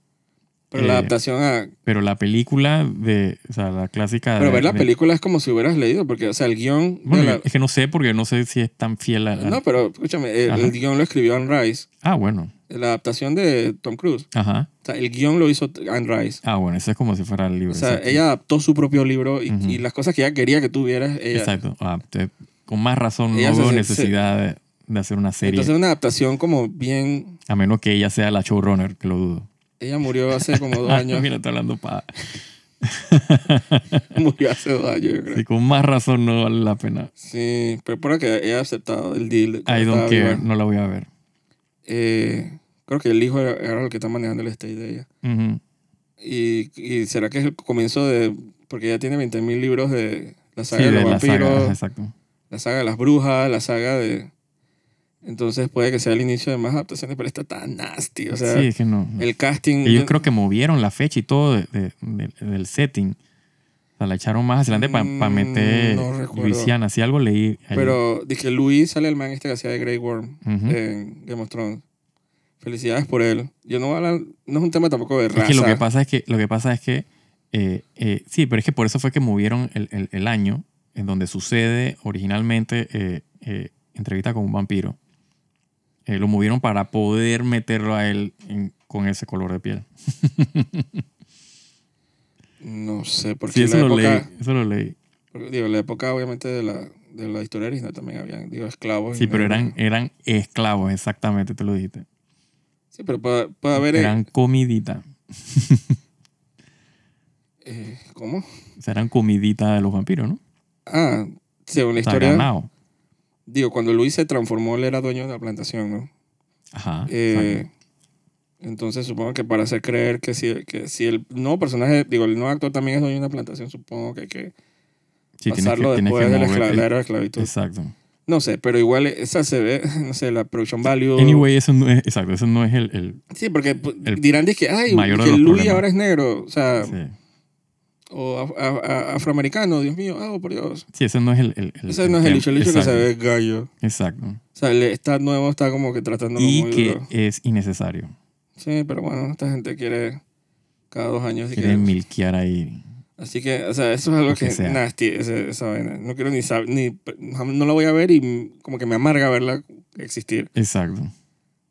pero la
eh,
adaptación a...
pero la película de, o sea, la clásica.
Pero
de-
ver la
de-
película es como si hubieras leído, porque, o sea, el guión... de
Bueno,
la-
yo- es que no sé porque no sé si es tan fiel a. a-
no, pero escúchame, el,
Ajá.
el guión lo escribió Anne Rice.
Ah, bueno.
La adaptación de Tom Cruise.
Ajá.
O sea, el guión lo hizo Anne Rice.
Ah, bueno, eso es como si fuera el libro.
O sea,
exacto.
ella adaptó su propio libro y,
Ujú.
y las cosas que ella quería que tuvieras, ella...
Exacto. Ah, te- con más razón no
Ella se
veo
hace-
necesidad de, de hacer una serie.
Entonces una adaptación como bien...
a menos que ella sea la showrunner, que lo dudo.
Ella murió hace como dos
Ah,
años.
Mira, está hablando para.
murió hace dos años, yo creo.
Sí, con más razón no vale la pena.
Sí, pero por que ella ha aceptado el deal. de cuando
I don't
estaba
care,
viva.
no la voy a ver.
Eh, creo que el hijo era, era el que está manejando el estate de ella.
Ujú.
Y, y será que es el comienzo de... Porque ella tiene 20.000 libros de la
Sí,
saga de
de
los
la
vampiros,
saga, ajá,
la saga.
exacto.
de las brujas, la saga de... Entonces puede que sea el inicio de más adaptaciones, pero está tan nasty. O sea,
sí, es que no. no.
el casting...
Ellos creo que movieron la fecha y todo de- de- de- del setting. O sea, la echaron más hacia adelante para
Mm,
meter
no recuerdo.
Luisiana. Si algo leí. ahí.
Pero dije, Luis sale el man este que hacía de Grey Worm
Ujú.
en Game of Thrones. Felicidades por él. Yo no voy a hablar... No es un tema tampoco de raza.
Es que lo que pasa es que, lo que, pasa es que eh, eh, sí, pero es que por eso fue que movieron el, el- el año en donde sucede originalmente eh, eh, entrevista con un vampiro. Eh, lo movieron para poder meterlo a él en- con ese color de piel.
No sé, porque
Sí, eso
la
lo,
época...
leí, eso lo leí.
Porque, digo, la época obviamente de la, de la historia original también habían, digo, esclavos.
Sí,
y
pero
negros.
eran, eran esclavos, exactamente, te lo dijiste.
Sí, pero puede, puede haber... eh,
Eran comidita.
eh, ¿Cómo?
O sea, eran comidita de los vampiros, ¿no?
Ah, según la
O sea,
historia...
ganado.
Digo, cuando Luis se transformó, él era dueño de la plantación, ¿no?
Ajá.
Eh,
Ah, exacto.
entonces supongo que para hacer creer que si, que si el nuevo personaje, digo, el nuevo actor también es dueño de una plantación, supongo que hay que
Sí, tienes que-
pasarlo
tienes que
después de la,
mover
escla-
el-
la era de esclavitud.
Exacto.
No sé, pero igual esa se ve, no sé, la production value.
Anyway, eso no es, exacto, eso no es el- el,
sí, porque pues,
el
dirán que, ay,
mayor de
que
los
Luis
problemas.
ahora es negro, o sea...
Sí.
o af- a- a- afroamericano, Dios mío, ah, oh, por Dios.
Sí, ese no es el... el, el-
Ese no es el
tema.
dicho, el dicho que
Exacto,
se ve gallo.
Exacto.
O sea, le- está nuevo, está como que tratándolo
Y
muy
que
duro.
es innecesario.
Sí, pero bueno, esta gente quiere cada dos años. Así que,
Quieren milquear ahí.
así que, o sea, eso es algo
Lo que
que,
sea.
nasty, ese- esa vaina. No quiero ni saber, ni, no la voy a ver y mm, como que me amarga verla existir.
Exacto.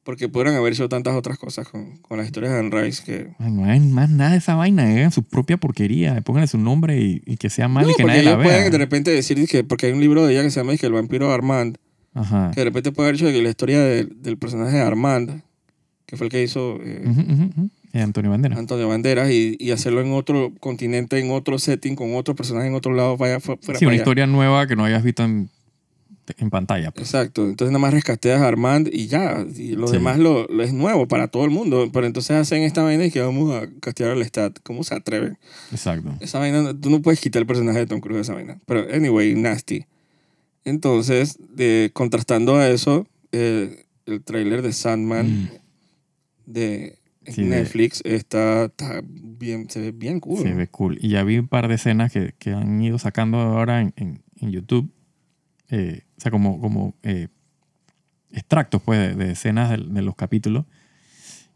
Porque podrían haber hecho tantas otras cosas con, con las historias de Anne Rice que...
Ay, no hay más nada de esa vaina. Hagan su propia porquería. Pónganle su nombre y, y que sea mal
No,
y que
porque
nadie la
ellos
vea.
pueden de repente decir que... Porque hay un libro de ella que se llama que El vampiro Armand.
Ajá.
Que de repente puede haber hecho de que la historia del- del personaje de Armand, que fue el que hizo eh,
Ujú, ujú, ujú. Eh, Antonio Bandera.
Antonio Banderas, y, y hacerlo en otro continente, en otro setting, con otro personaje en otro lado, vaya fu- fuera
Sí,
para
una
allá.
historia nueva que no hayas visto en, en pantalla. pues.
Exacto, entonces nada más rescateas a Armand y ya, y los
Sí.
demás lo, lo es nuevo para todo el mundo, pero entonces hacen esta vaina y que vamos a castear al Stat. ¿Cómo se atreven?
Exacto.
Esa vaina, no- tú no puedes quitar el personaje de Tom Cruise de esa vaina. Pero, anyway, nasty. Entonces, de- contrastando a eso, eh, el tráiler de Sandman
Mm.
de
Sí, de-
Netflix está, está bien, se ve bien cool.
Se ve cool. Y ya vi un par de escenas que, que han ido sacando ahora en, en- en YouTube. Eh, o sea, como, como eh, extractos, pues, de, de escenas del- de, los capítulos.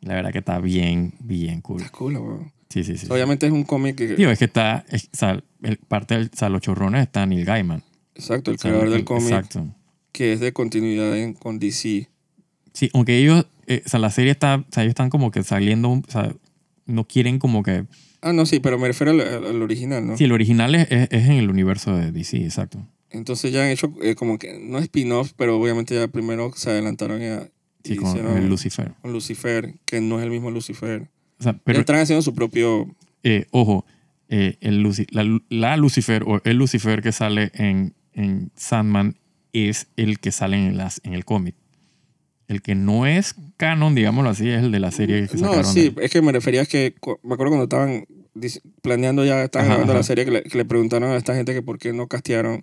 Y la verdad que está bien, bien cool.
Está cool, weón.
Sí, sí, sí. sí.
Obviamente es un cómic que...
Tío, es que está, es- o sea, el- parte del, o sea, los chorrones está Neil Gaiman.
Exacto, el
O sea,
creador
el-
del cómic,
Exacto.
que es de continuidad en, con DC.
Sí, aunque ellos, eh, o sea, la serie está, o sea, ellos están como que saliendo, o sea, no quieren como que...
Ah, no, sí, pero me refiero al, al- al original, ¿no?
Sí, el original es, es- es en el universo de DC, exacto.
Entonces ya han hecho eh, como que, no spin-off, pero obviamente ya primero se adelantaron y, a-
Sí,
y
con
hicieron
el Lucifer.
con Lucifer, que no es el mismo Lucifer.
O sea,
Pero
pero
están haciendo su propio...
eh, ojo, eh, el Luci- la, Lu- la Lucifer o el Lucifer que sale en, en Sandman es el que sale en, las, en el cómic. El que no es canon, digámoslo así, es el de la serie que
No,
sacaron.
sí, es que me refería a que cu- me acuerdo cuando estaban dis- planeando ya, estaban
Ajá,
grabando
ajá.
la serie, que le, que le preguntaron a esta gente que por qué no castearon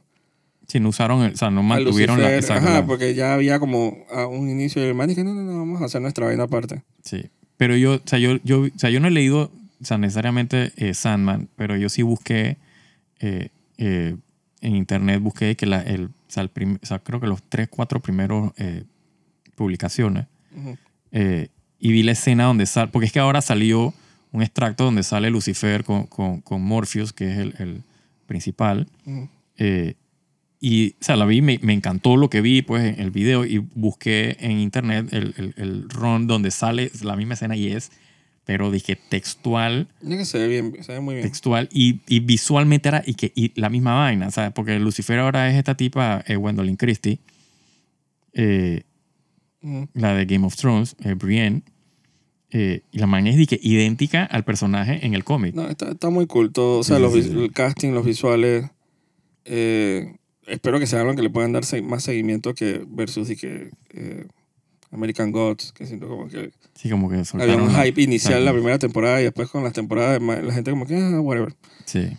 Si no usaron, el- o sea, no mantuvieron la...
Lucifer,
exacto,
ajá,
la-
porque ya había como a un inicio y el man dije, no, no, no, vamos a hacer nuestra vaina aparte.
Sí. Pero yo, o sea, yo, yo, o sea, yo no he leído o sea, necesariamente eh, Sandman, pero yo sí busqué eh, eh, en internet, busqué que la, el, o sea, el prim- o sea, creo que los tres, cuatro primeros eh, publicaciones
Ujú.
eh, y vi la escena donde sale, porque es que ahora salió un extracto donde sale Lucifer con, con, con Morpheus, que es el, el principal.
Ujú.
Eh, y, o sea, la vi, me, me encantó lo que vi, pues, en el video y busqué en internet el, el, el run donde sale la misma escena y es, pero dije textual,
Ya que se ve bien, se ve muy bien.
textual y, y visualmente era y que, y la misma vaina, ¿sabes? Porque Lucifer ahora es esta tipa, eh, Gwendolyn Christie, eh,
Ujú.
la de Game of Thrones, eh, Brienne, eh, y la man es dije, idéntica al personaje en el cómic.
No, está, está muy cool todo. O sea,
Sí,
los
sí,
vis-
sí.
el casting, los visuales. eh, espero que sea algo que le puedan dar se- más seguimiento que versus y que eh, American Gods, que siento como que
Sí, como que
había
soltaron
un
la-
hype inicial
Exacto.
la primera temporada y después con las temporadas demás, la gente como que, ah, whatever.
Sí,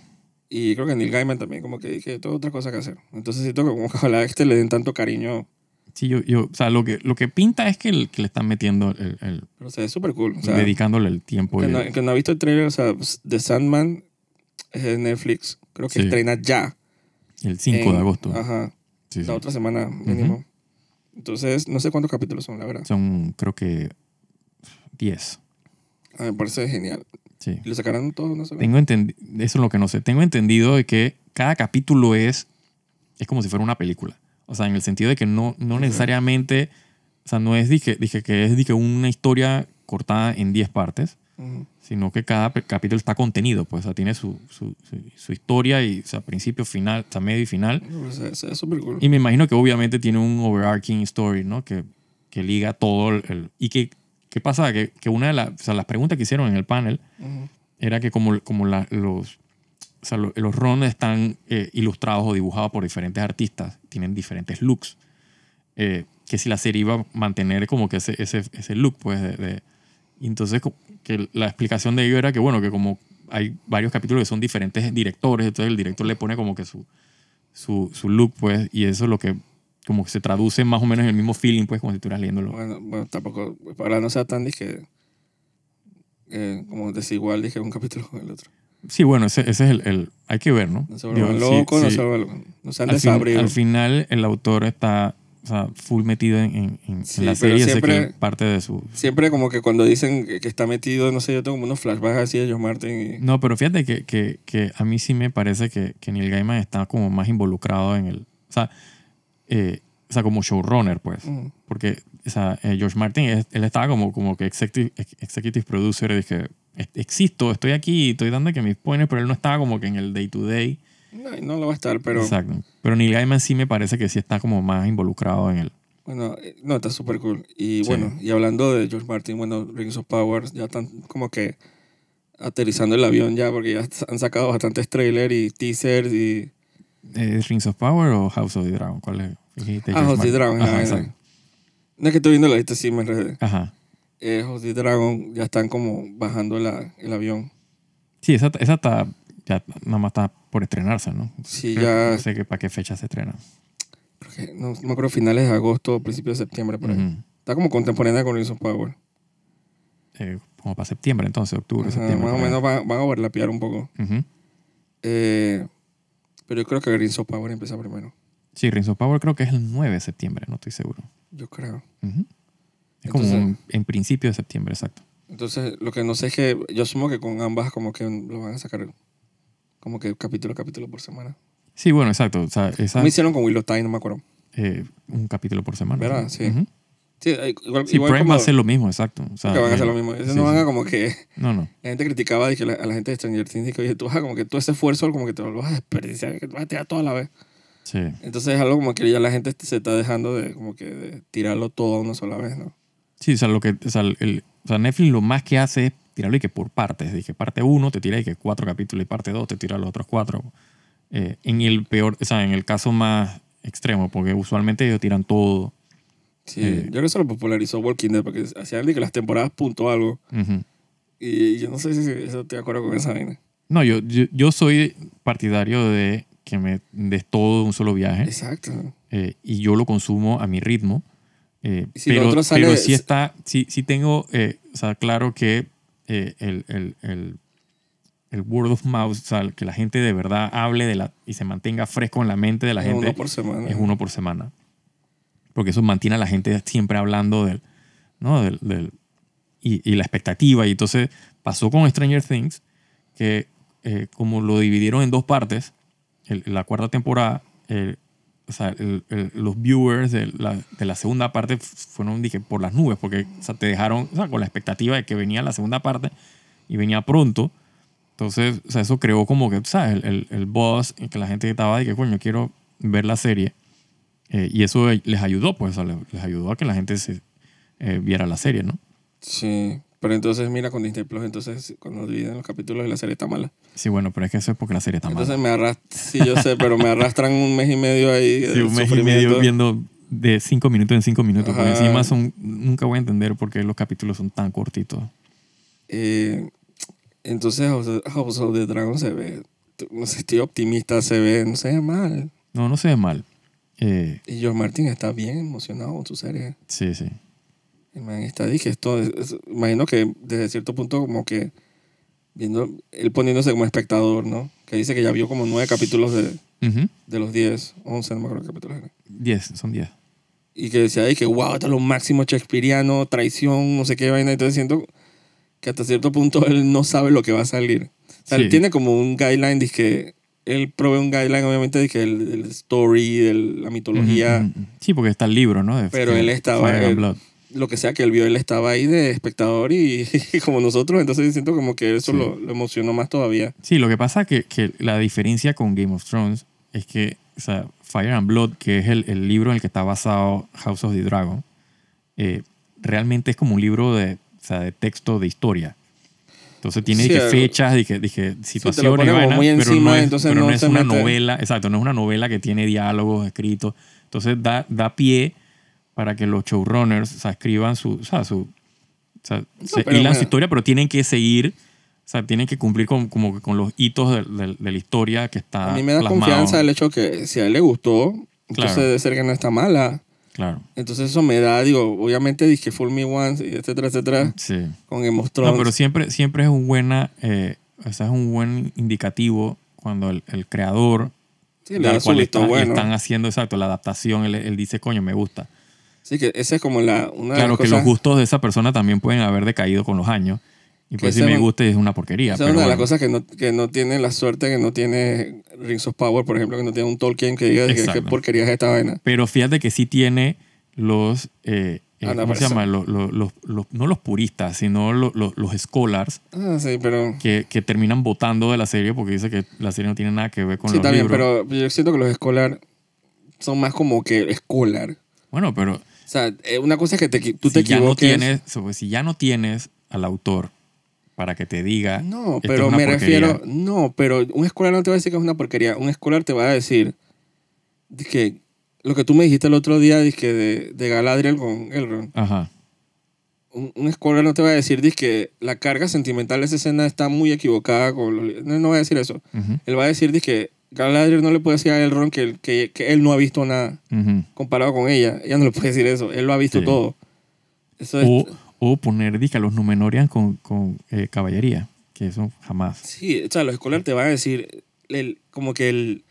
Y creo que Neil Gaiman también como que dije, todo otra cosa que hacer. Entonces siento que como que ojalá a este le den tanto cariño,
sí yo, yo, o sea, lo que, lo que pinta es que, el- que le están metiendo el, el-
pero se ve súper cool. O sea,
dedicándole el tiempo.
que
y-
no, que no ha visto el trailer, o sea, The Sandman es de Netflix. Creo que
Sí.
estrena ya.
el 5
en- ah,
de agosto.
Ajá.
Sí, sí.
la otra semana mínimo. Entonces, no sé cuántos capítulos son, la verdad.
Son, creo que 10.
A mí Ah, me parece genial.
Sí.
¿Y lo sacarán todos? No sé.
Tengo entendido, eso es lo que no sé. Tengo entendido de que cada capítulo es, es como si fuera una película. O sea, en el sentido de que no, no
Ok.
necesariamente, o sea, no es, dije, dije que es dije, una historia cortada en 10 partes,
Ujú.
sino que cada pe- capítulo está contenido, pues, o sea, tiene su, su, su- su historia y, o sea, principio, final, o sea, medio y final.
Pero Se, se ve súper cool.
Y me imagino que obviamente tiene un overarching story, ¿no? Que, que liga todo el... el- y que, ¿qué pasa? Que, que una de las, o sea, las preguntas que hicieron en el panel
Ujú.
era que como, como la- los, o sea, lo- los rones están eh, ilustrados o dibujados por diferentes artistas, tienen diferentes looks, eh, que si la serie iba a mantener como que ese, ese, ese look, pues, de, de- y entonces co- que la explicación de ello era que, bueno, que como hay varios capítulos que son diferentes directores, entonces el director le pone como que su, su, su look, pues, y eso es lo que como que se traduce más o menos en el mismo feeling, pues, como si estuvieras leyéndolo.
Bueno, bueno, tampoco, para no sea tan, dije, eh, como desigual, dije, un capítulo con el otro.
Sí, bueno, ese, ese es el, el- Hay que ver, ¿no?
No se vuelvan
Digo, sí,
locos, no
sí.
se vuelvan No sean
al, fin-
desabridos.
al final el autor está o sea, full metido en, en- en
Sí,
la
pero
serie, sé
siempre-
que parte de su...
Siempre como que cuando dicen que, que está metido, no sé, yo tengo como unos flashbacks así de John Martin.
No, pero fíjate que, que- que a mí sí me parece que, que Neil Gaiman está como más involucrado en el... O sea, eh, o sea como showrunner, pues.
Y, Ujú.
Porque o sea, eh, George Martin, es- él estaba como, como que executive, ex- executive producer, dije, "Ex- existo, estoy aquí, estoy dando que mis points, pero él no estaba como que en el day to day.
no, y no lo va a estar, pero
Exacto. Pero Neil Gaiman sí me parece que sí está como más involucrado en el...
Bueno, eh, no, está súper cool. Y
Sí.
bueno, y hablando de George Martin, bueno, Rings of Power, ya están como que aterrizando el avión ya, porque ya s- han sacado bastantes trailers y teasers y...
eh, ¿Es Rings of Power o House of the Dragon? ¿Cuál es? Dijiste
Ah,
George
House of the
Martin.
Dragon.
Ajá,
ah,
exacto.
No es que estoy viendo la lista, sí, me enredé.
Ajá.
Eh, House of the Dragon, ya están como bajando la- el avión.
Sí, esa, esa está, ya nada más está por estrenarse, ¿no?
Sí,
Creo que
ya,
No sé qué, para qué fecha se estrena.
creo que- no, no me acuerdo, finales de agosto o principios de septiembre, por ahí.
Ujú.
Está como contemporánea con Rings of Power.
Eh, como para septiembre, entonces, octubre,
Ajá,
septiembre.
más o
por ahí.
menos van, van a overlapear un poco.
Ujú.
Eh, pero yo creo que Rings of Power empieza primero.
Sí, Rings of Power creo que es el 9 de septiembre, no estoy seguro.
Yo creo.
Ujú. Es como
Entonces-
en- en principio de septiembre, exacto.
Entonces, lo que no sé es que yo asumo que con ambas como que lo van a sacar como que capítulo a capítulo por semana.
Sí, bueno, exacto. O sea, esa,
Me hicieron con Willow Time, no me acuerdo.
eh, un capítulo por semana.
¿Verdad? Sí.
Ujú.
Sí, eh, igual,
Sí,
igual
Prime
como
va a hacer lo mismo, exacto. O sea,
que van a hacer
eh,
lo mismo. Ellos
sí,
no van
sí.
a como que
No, no.
la gente criticaba de que la- a la gente de Stranger Things de que oye, tú vas a como que todo ese esfuerzo como que te lo vas a desperdiciar, que te vas a tirar toda la vez.
Sí.
Entonces es algo como que ya la gente se está dejando de como que de tirarlo todo a una sola vez, ¿no?
Sí, o sea, lo que, o sea, el- o sea, Netflix lo más que hace es tirarlo y que por partes. Dije, parte 1 te tira y que cuatro capítulos y parte 2 te tira los otros cuatro. Eh, en el peor, o sea, en el caso más extremo, porque usualmente ellos tiran todo.
Sí,
Eh.
yo creo que se lo popularizó Walking Dead porque hacían de que las temporadas punto algo
Ujú.
y yo no sé si si eso estoy de acuerdo con esa vaina.
No, yo, yo, yo soy partidario de que me des todo de un solo viaje.
Exacto.
eh, y yo lo consumo a mi ritmo. eh,
Y si lo
pero,
otro sale-
pero sí está, sí, sí tengo, eh, o sea, claro que eh, el, el- el- el word of mouth, o sea, que la gente de verdad hable de la, y se mantenga fresco en la mente de la
Es
gente,
uno por semana.
es uno por semana. Porque eso mantiene a la gente siempre hablando del, ¿no? Del, del- y, y la expectativa. Y entonces pasó con Stranger Things, que eh, como lo dividieron en dos partes, el- la cuarta temporada, el- o sea, el- el- los viewers de la, de la segunda parte f- fueron dije, por las nubes, porque o sea, te dejaron o sea, con la expectativa de que venía la segunda parte y venía pronto. Entonces, o sea, eso creó como que, ¿sabes? El, el, el buzz, en que la gente estaba de que, coño, quiero ver la serie. Eh, y eso les ayudó, pues, o sea, les, les ayudó a que la gente se eh, viera la serie, ¿no?
Sí. Pero entonces, mira, con Disney Plus, entonces, cuando dividen los capítulos de la serie está mala.
Sí, bueno, pero es que eso es porque la serie está mala.
Entonces me arrastran, sí, yo sé, pero me arrastran un mes y medio ahí.
Sí,
de
un mes y
sufrimiento.
medio viendo de cinco minutos en cinco minutos. Porque
Ajá.
encima son, nunca voy a entender por qué los capítulos son tan cortitos.
Eh, entonces, House of- House of the Dragon se ve, no sé, estoy optimista, se ve, no se ve mal.
No, no se ve mal. Eh,
Y George Martin está bien emocionado con su serie.
sí, sí.
El man está, dije, esto, es- es- imagino que desde cierto punto como que viendo, él poniéndose como espectador, ¿no? Que dice que ya vio como nueve capítulos de,
Ujú.
de los 10, 11, no me acuerdo qué capítulos eran.
Diez, son diez.
Y que decía, ay, que wow, esto es lo máximo shakespeariano, traición, no sé qué vaina. Entonces siento que hasta cierto punto él no sabe lo que va a salir. O sea,
Sí.
él tiene como un guideline, que él provee un guideline, obviamente, de que el, el story, de la mitología,
Ujú, ujú. Sí, porque está el libro, ¿no? De-
Pero
de
él estaba-
Fire and
él-
Blood.
lo que sea que él vio, él estaba ahí de espectador y, y como nosotros. Entonces siento como que eso
Sí.
lo, lo emocionó más todavía.
Sí, lo que pasa que, que la diferencia con Game of Thrones es que, o sea, Fire and Blood, que es el, el libro en el que está basado House of the Dragon, eh, realmente es como un libro de, o sea, de texto de historia. Entonces tiene
Sí, eh,
dije,
el-
fechas, dije, dije, situaciones,
pone como
vainas,
muy
pero no
encima,
es,
entonces
pero
no
no es
se
una
mete.
novela, exacto, no es una novela que tiene diálogos escritos. Entonces da, da pie para que los showrunners o sea, escriban su, o sea, su, o sea, se
pero
hilan su
bueno.
historia, pero tienen que seguir, o sea, tienen que cumplir con, como que con los hitos de, de- de la historia que está
a mí me da
Ah, plasmado.
confianza el hecho que si a él le gustó, entonces
Claro.
debe ser que no está mala.
Claro,
Entonces eso me da, digo, obviamente dije Full Me Once, y etcétera, etcétera,
sí.
con Game of
No,
Thrones.
pero siempre, siempre es un buena, eh, o sea, es un buen indicativo cuando el, el creador
Sí, le
tal
da su
cual
visto
está-
bueno.
están haciendo exacto la adaptación, él, él dice, coño, me gusta.
Sí, que esa es como la, una de
claro
las
que
cosas.
los gustos de esa persona también pueden haber decaído con los años. Y
Que
pues si
ese
me
es un-
gusta es una porquería.
esa
pero
es una de las
bueno.
cosas que no, que no tiene la suerte, que no tiene Rings of Power, por ejemplo, que no tiene un Tolkien que diga que qué
Exacto.
porquería es esta vaina.
Pero fíjate que sí tiene los. eh, eh,
Ah, la
¿Cómo se
persona.
llama? Los, los- los- los- no los puristas, sino los, los, los scholars
Ah, sí, pero.
que, que terminan votando de la serie porque dice que la serie no tiene nada que ver con
Sí,
los
está bien,
libros.
pero yo siento que los escolar son más como que escolar.
Bueno, pero
O sea, eh, una cosa es que te, equi- tú
si
te
ya no
equivoques.
tienes, pues, si ya no tienes al autor para que te diga.
No,
"Esto es
pero
una
me
porquería",
refiero. No, pero un escolar no te va a decir que es una porquería. Un escolar te va a decir de que lo que tú me dijiste el otro día dizque, de, de Galadriel con Elrond.
Ajá.
Un, un escolar no te va a decir de que la carga sentimental de esa escena está muy equivocada. Con los li- no, no va a decir eso.
Ujú,
Él va a decir de que Galadriel no le puede decir a Elrond que, que, que él no ha visto nada
ujú.
comparado con ella. Ella no le puede decir eso. Él lo ha visto
Sí.
todo. Eso es.
O, o poner dica, los Numenorian con, con eh, caballería, que eso jamás.
Sí, o sea, los escolares te van a decir el- como que el...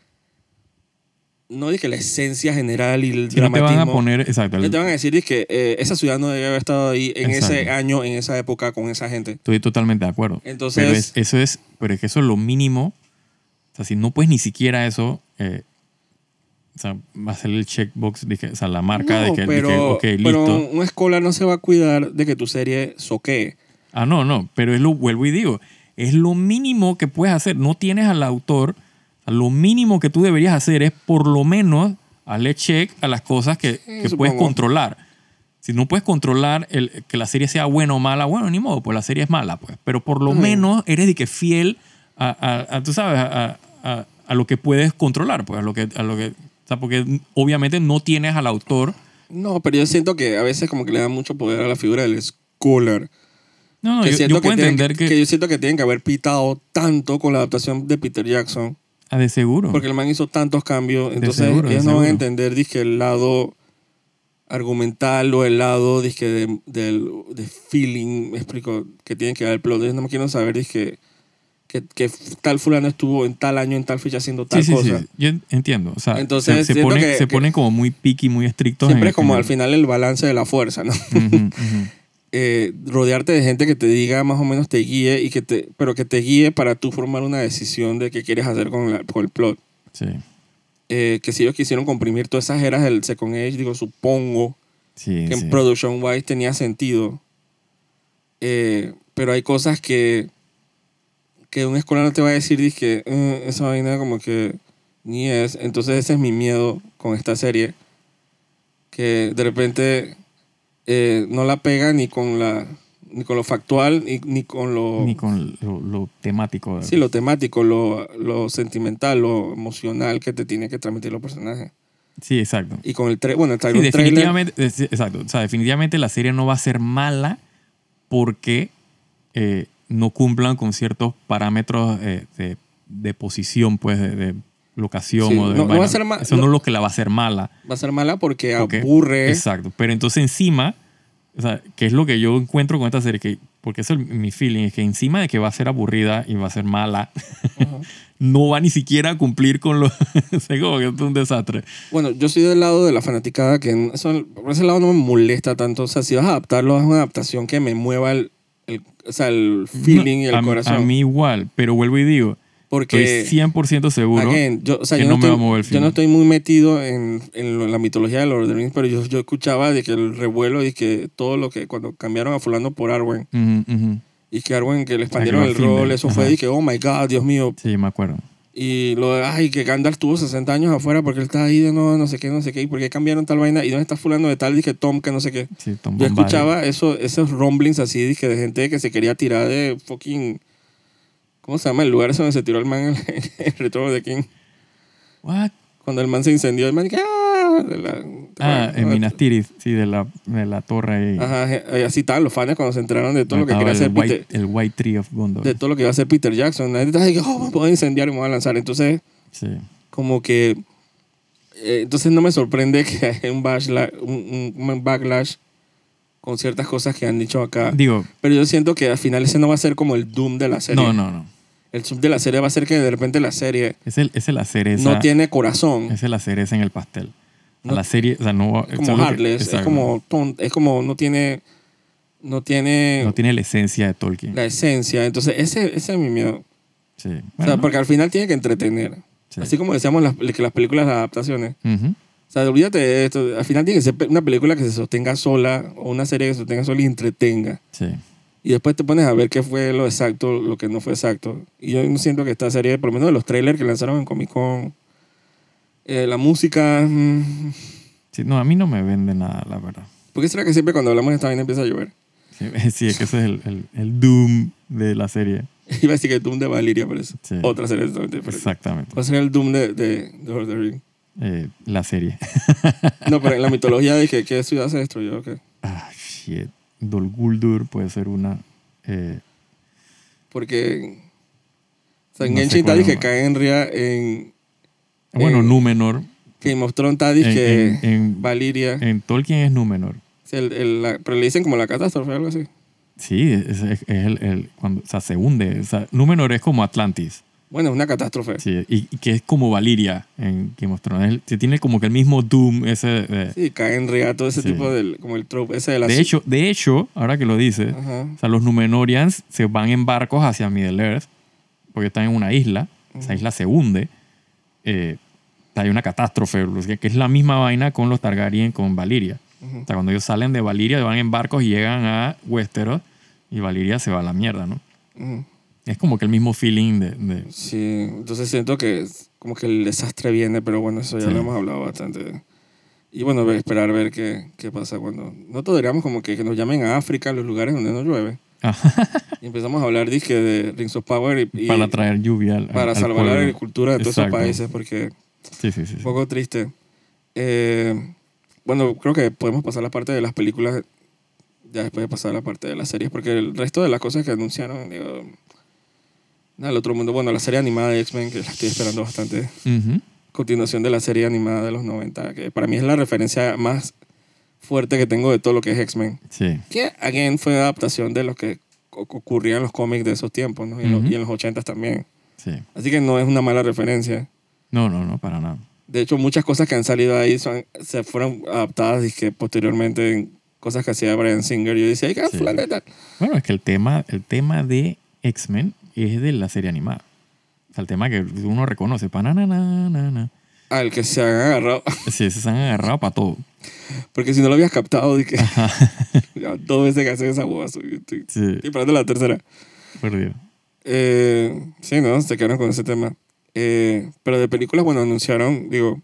No dije la esencia general y el
Si no te van a
dramatismo.
poner, exacto, el-
No te van a decir que esa ciudad no debe haber estado ahí en ese
Exacto.
año, en esa época, con esa gente.
estoy totalmente de acuerdo.
Entonces-
pero es- eso es, pero es que eso es lo mínimo. O sea, si no puedes ni siquiera eso, eh, o sea, va a ser el checkbox, dije, o sea, la marca de
No,
que, de que,
pero,
ok,
pero
listo.
un escolar no se va a cuidar de que tu serie soquee.
Ah, no, no, pero es lo, vuelvo y digo, es lo mínimo que puedes hacer. No tienes al autor, o sea, lo mínimo que tú deberías hacer es por lo menos darle check a las cosas que, que puedes
supongo.
controlar. Si no puedes controlar el, que la serie sea buena o mala, bueno, ni modo, pues la serie es mala, pues. Pero por lo
Mm.
menos eres de que fiel a, a- a, tú sabes, a, a- a- a lo que puedes controlar, pues, a lo que, a lo que, o sea, porque obviamente no tienes al autor.
No, pero yo siento que a veces como que le da mucho poder a la figura del escolar.
No, no,
que
yo,
siento
yo puedo
que tienen-
entender que,
que yo siento que tienen que haber pitado tanto con la adaptación de Peter Jackson.
Ah, de seguro.
Porque el man hizo tantos cambios. Entonces
seguro, de
ellos no van a
seguro.
entender dizque, el lado argumental o el lado dizque, de, del de feeling, me explico, que tienen que dar el plot. Ellos no me quieren saber dizque, que, que tal fulano estuvo en tal año, en tal fecha haciendo tal
Sí, sí, sí.
cosa.
Yo en- entiendo. O sea,
Entonces,
se, se
siento
ponen,
que-
se
que-
ponen como muy picky, muy estrictos.
Siempre
en-
es como
en-
al final el balance de la fuerza, ¿no?
Ujú, ujú.
eh, rodearte de gente que te diga más o menos te guíe y que te pero que te guíe para tú formar una decisión de qué quieres hacer con, la- con el plot
Sí,
Eh, que si ellos quisieron comprimir todas esas eras del Second Age digo supongo
sí,
que
sí.
en production wise tenía sentido Eh, pero hay cosas que que un escolar no te va a decir que "Mm, esa vaina como que ni es entonces ese es mi miedo con esta serie que de repente eh, no la pega ni con la ni con lo factual ni, ni con lo
Ni con lo, lo temático.
sí, lo temático lo, lo sentimental lo emocional que te tiene que transmitir los personajes
Sí, exacto.
y con el tra- bueno el
Sí,
trailer, el trailer-
definitivamente, es- exacto. O sea, definitivamente la serie no va a ser mala porque eh, no cumplan con ciertos parámetros eh, de, de posición, pues, de, de locación.
Sí,
o de
no- no va a
vaina.
ser ma-
Eso no es lo que la va a hacer mala.
va a ser mala porque
Porque-
aburre
Exacto. Pero entonces encima, o sea, que es lo que yo encuentro con esta serie, que, porque eso es mi feeling, es que encima de que va a ser aburrida y va a ser mala,
Ajá.
no va ni siquiera a cumplir con los... es como que es un desastre.
Bueno, yo soy del lado de la fanaticada que en- eso, por ese lado no me molesta tanto. O sea, si vas a adaptarlo, haz una adaptación que me mueva el, el- o sea, el feeling y el
a,
corazón.
A mí igual, pero vuelvo y digo,
porque,
estoy 100% seguro.
again, yo, o sea,
que
yo no
no me va a
estoy,
mover el
yo
feeling.
no estoy muy metido en, en lo- la mitología de Lord of the Rings, pero yo, yo escuchaba de que el revuelo y que todo lo que cuando cambiaron a fulano por Arwen
Ujú, ujú.
y que Arwen que le expandieron el
Glorfindel,
rol, eso fue
ajá.
de que, oh my God, Dios mío.
Sí, me acuerdo.
Y lo de, ay, que Gandalf tuvo 60 años afuera porque él está ahí de no, no sé qué, no sé qué, y por qué cambiaron tal vaina, y dónde está fulano de tal, dije Tom, que no sé qué.
Sí, Tom
Yo
Bombadil.
escuchaba eso, esos rumblings así dizque, de gente que se quería tirar de fucking. ¿Cómo se llama el lugar ese donde se tiró el man en el, Return of the King?
What?
Cuando el man se incendió, el man dije, ¡ah! de la- de
Ah,
la-
en Minas Tirith, sí, de la, de la torre. ahí.
Ajá, je- así estaban los fans cuando se enteraron de todo lo que
Mataba
quería hacer
el,
Peter,
white, el White Tree of Gondor.
de todo lo que iba a hacer Peter Jackson. La gente estaba dije, oh, me puedo incendiar y me voy a lanzar. Entonces,
Sí.
como que. eh, entonces no me sorprende que haya un backlash, un, un- un backlash con ciertas cosas que han dicho acá.
Digo,
Pero yo siento que al final ese no va a ser como el Doom de la serie.
no, no, no.
El sub de la serie va a ser que de repente la serie
Es el, es el hacer esa.
no tiene corazón.
Es el hacer esa en el pastel. A
No-
la serie, o sea, no.
Es
eso
como
es lo que-
Heartless, es
exacto.
como, ton- es como no tiene, no tiene
No tiene la esencia de Tolkien.
la esencia. Entonces ese, ese es mi miedo.
Sí.
O
Bueno,
sea, porque al final tiene que entretener.
sí.
Así como decíamos las, que las películas, las adaptaciones.
Ujú.
O sea, olvídate de esto. Al final tiene que ser pe- una película que se sostenga sola o una serie que se sostenga sola y entretenga.
Sí.
Y después te pones a ver qué fue lo exacto, lo que no fue exacto. Y yo siento que esta serie, por lo menos de los trailers que lanzaron en Comic Con, eh, la música. mm,
Sí, No, a mí no me vende nada, la verdad.
¿Por qué será que siempre cuando hablamos de esta vaina empieza a llover?
Sí, sí, es que ese es el, el- el Doom de la serie.
Iba a decir que el Doom de Valiria, pero es
Sí.
otra serie totalmente diferente.
Exactamente.
Va a ser el Doom de, de, de Lord of the Rings.
Eh, la serie.
No, pero en la mitología dije, ¿qué ciudad se destruyó? ¿Qué?
Ah, shit. Dol Guldur puede ser una. eh,
Porque. O sea, en
No sé
Genshin está
cuál es,
dije
man.
Caenria, en
bueno,
Eh,
Númenor.
Game of Thrones está
En,
dije
en- en-
Valiria.
en Tolkien es Númenor.
O sea, el- el- la- pero le dicen como la catástrofe o algo así.
Sí, es, es el, el- cuando, o sea, se hunde. O sea, Númenor es como Atlantis.
Bueno, es una catástrofe.
Sí, y, y que es como Valiria en Game of Thrones. Él- sí, tiene como que el mismo Doom ese. de-
Sí, Caenria, todo ese
Sí.
tipo del. Como el trope, ese de la.
de, hecho, de hecho, ahora que lo dice,
Ajá.
o sea, los Númenóreans se van en barcos hacia Middle Earth porque están en una isla. Esa isla se hunde. eh, hay una catástrofe, o sea, que es la misma vaina con los Targaryen, con Valiria.
Ujú.
O sea, cuando ellos salen de Valiria, van en barcos y llegan a Westeros y Valiria se va a la mierda, ¿no?
Ujú.
Es como que el mismo feeling de... de-
Sí, entonces siento que es como que el desastre viene, pero bueno, eso ya
Sí.
lo hemos hablado bastante. Y bueno, ve- esperar a ver qué, qué pasa cuando... Nosotros deberíamos como que, que nos llamen a África, a los lugares donde no llueve.
Ajá,
Y empezamos a hablar, dije, de Rings of Power y, y
para traer lluvia al,
para
al
salvar la
pueblo.
agricultura de todos
Exacto.
esos países, porque
Sí, sí, sí.
un
sí.
poco triste. Eh, bueno, creo que podemos pasar la parte de las películas, ya después de pasar la parte de las series, porque el resto de las cosas que anunciaron, digo, Nada, el otro mundo, bueno, la serie animada de X-Men, que la estoy esperando bastante.
Ujú.
Continuación de la serie animada de los 90, que para mí es la referencia más fuerte que tengo de todo lo que es X-Men.
Sí.
Que, again, fue adaptación de lo que o- ocurría en los cómics de esos tiempos, ¿no? Y, en los-
Ujú.
y en los 80 también.
Sí.
Así que no es una mala referencia.
No, no, no, para nada.
De hecho, muchas cosas que han salido ahí son- se fueron adaptadas y que posteriormente en cosas que hacía Brian Singer, yo decía, ¡ay, qué
Sí.
fulano de tal".
Bueno, es que el tema, el tema de X-Men es de la serie animada. O sea, el tema que uno reconoce. Pa, na, na, na, na, na.
Al que se han agarrado.
Sí, se han agarrado para todo.
Porque si no lo habías captado, dije, ya dos veces que hacen esa hueá. Estoy, estoy
Sí,
esperando la tercera.
por Dios.
Eh, sí, ¿no? Se quedaron con ese tema. Eh, pero de películas, bueno, anunciaron, digo,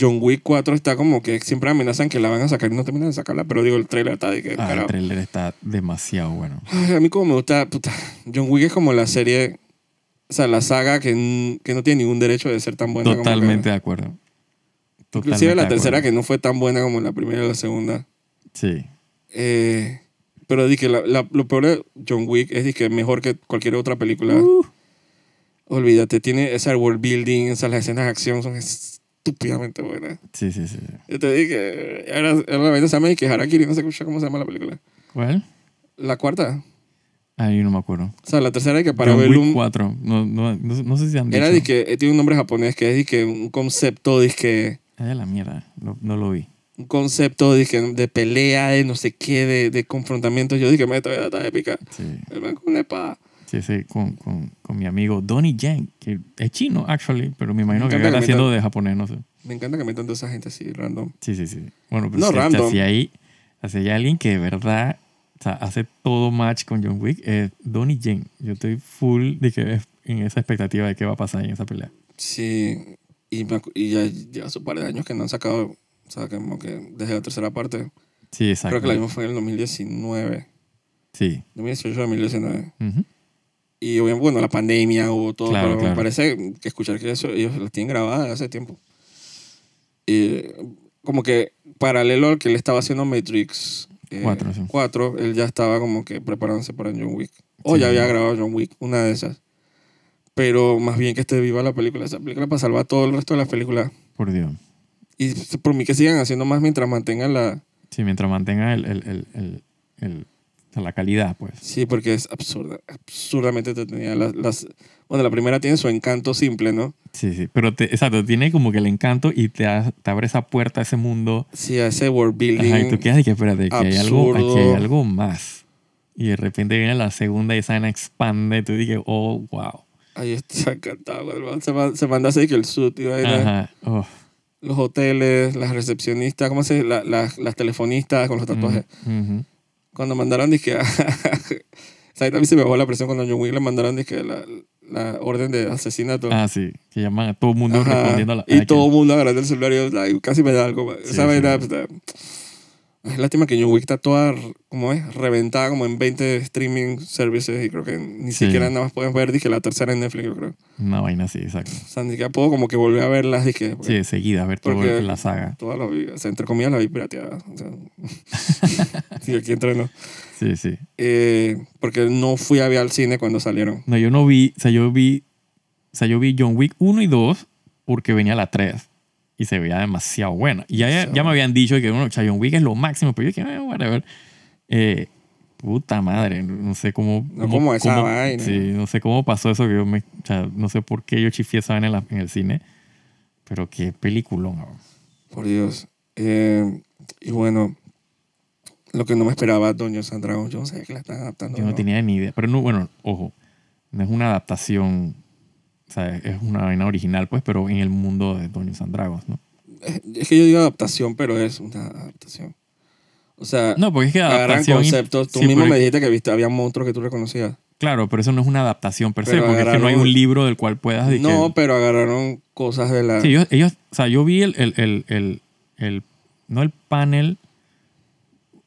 John Wick 4 está como que siempre amenazan que la van a sacar y no terminan de sacarla, pero digo, el trailer está de que,
Ah, el
carajo.
trailer está demasiado bueno.
Ay, a mí como me gusta, puta, John Wick es como la serie, o sea, la saga que, n- que no tiene ningún derecho de ser tan buena. como que-
Totalmente de acuerdo.
inclusive la tercera
que...
que no fue tan buena como la primera y la segunda.
Sí,
Eh, pero dije, la, la- lo peor de John Wick es dije, mejor que cualquier otra película. Olvídate, tiene ese world building, esas las escenas de acción son estúpidamente buenas.
sí, sí, sí. sí.
Yo te dije, era, era la vaina se llama y que Harakiri, no sé cómo se llama la película.
¿Cuál?
La cuarta,
Ahí no me acuerdo.
o sea, la tercera de que para
John Wick
Parabellum
4. No, no, no, sé- no sé si han dicho.
era de que eh, tiene un nombre japonés que es de que un concepto de que
Ay, de la mierda. No, no lo vi.
un concepto de, que de pelea, de no sé qué, de, de confrontamiento. Yo dije, me está está épica.
Sí,
El man con una espada.
sí, sí con, con, con mi amigo Donnie Yang, que es chino, actually, pero me imagino
Me
que
encanta
está
que
haciendo de japonés, no sé.
Me encanta que metan toda esa gente así, random.
Sí, sí, sí. Bueno, pero
No,
si,
random.
si hay, si hay alguien que de verdad o sea, hace todo match con John Wick, es Donnie Yen. Yo estoy full de que es- en esa expectativa de qué va a pasar en esa pelea.
Sí, y, me acu- y ya lleva su par de años que no han sacado, o sea, que como que desde la tercera parte.
Sí, exacto.
Creo que la misma fue en el 2019,
Sí.
2018, 2019.
Ujú.
Y obviamente, bueno, la pandemia hubo todo,
Claro,
pero me
claro.
parece que escuchar que eso, ellos las tienen grabadas hace tiempo. Y como que paralelo al que él estaba haciendo Matrix
Cuatro, sí.
4, él ya estaba como que preparándose para John Wick. O
Sí.
ya había grabado John Wick, una de esas. Pero más bien que esté viva la película, esa película para salvar todo el resto de las películas.
Por Dios.
Y por mí que sigan haciendo más mientras mantengan la...
Sí, mientras mantenga el, el, el, el- el- o sea, la calidad, pues.
Sí, porque es absurda, absurdamente entretenida. Las, las... Bueno, la primera tiene su encanto simple, ¿no?
Sí, sí. Pero te, exacto, tiene como que el encanto y te, ha- te abre esa puerta a ese mundo.
Sí, a ese world building.
Ajá, y tú quedas de que espérate, que hay algo,
absurdo.
aquí hay algo más. Y de repente viene la segunda y esa vaina expande y tú dices, oh, wow.
Ahí está encantado. güey. Se, ma- se manda así que el suit, y vaina.
Ajá. oh,
los hoteles, las recepcionistas, ¿cómo se dice? La- las- las telefonistas con los tatuajes.
ujú, ujú.
Cuando mandaron, dije... o sea, a mí se me bajó la presión cuando a John Wick le mandaron, dije, la, la orden de asesinato.
Ah, sí. Que llaman a todo el mundo
Ajá.
respondiendo a la...
Y
ah,
todo el mundo agarrando el celular y yo, ay, casi me da algo.
Sí,
Esa
sí.
vaina, puta. Ay, lástima que John Wick está toda, como es? Reventada como en 20 streaming services y creo que ni
Sí.
siquiera nada más pueden ver. Dije la tercera en Netflix, yo creo.
que- Una vaina así, exacto.
O sea, ni siquiera puedo como que volver a verlas. Dije,
Sí, de seguida, a ver todo
Porque-
la saga.
todas las vi, o sea, entre comillas las vi pirateadas. O sea, sí, aquí entreno.
Sí, sí.
Eh, porque no fui a ver al cine cuando salieron.
No, yo no vi, o sea, yo vi, o sea, yo vi John Wick 1 y 2 porque venía la 3 y se veía demasiado buena. Y ya, ya me habían dicho que, bueno, o sea, John Wick es lo máximo, pero yo dije, eh, whatever. Eh, puta madre, no sé cómo...
No como esa vaina.
Sí, no sé cómo pasó eso que yo me... O sea, no sé por qué yo chifié esa vaina en, la- en el cine, pero qué peliculón. cabrón.
Por Dios. Eh, y bueno, lo que no me esperaba, Doña Sandra Yo no sabía que la están adaptando.
Yo no
¿no?
tenía ni idea. Pero no, bueno, ojo, no es una adaptación, o sea, es una vaina original, pues, pero en el mundo de Dungeons and Dragons, ¿no?
Es- Es que yo digo adaptación, pero es una adaptación. O sea,
No, porque es que
agarran
adaptación... y-
conceptos. Tú
sí,
mismo
pero-
me dijiste que viste, había monstruos que tú reconocías.
Claro, pero eso no es una adaptación per se,
Pero
porque es que no hay
agarraron-
un libro del cual puedas... Ah, de que-
No, pero agarraron cosas de la.
Sí, ellos, ellos- o sea, yo vi el, el, el, el- el- no el panel,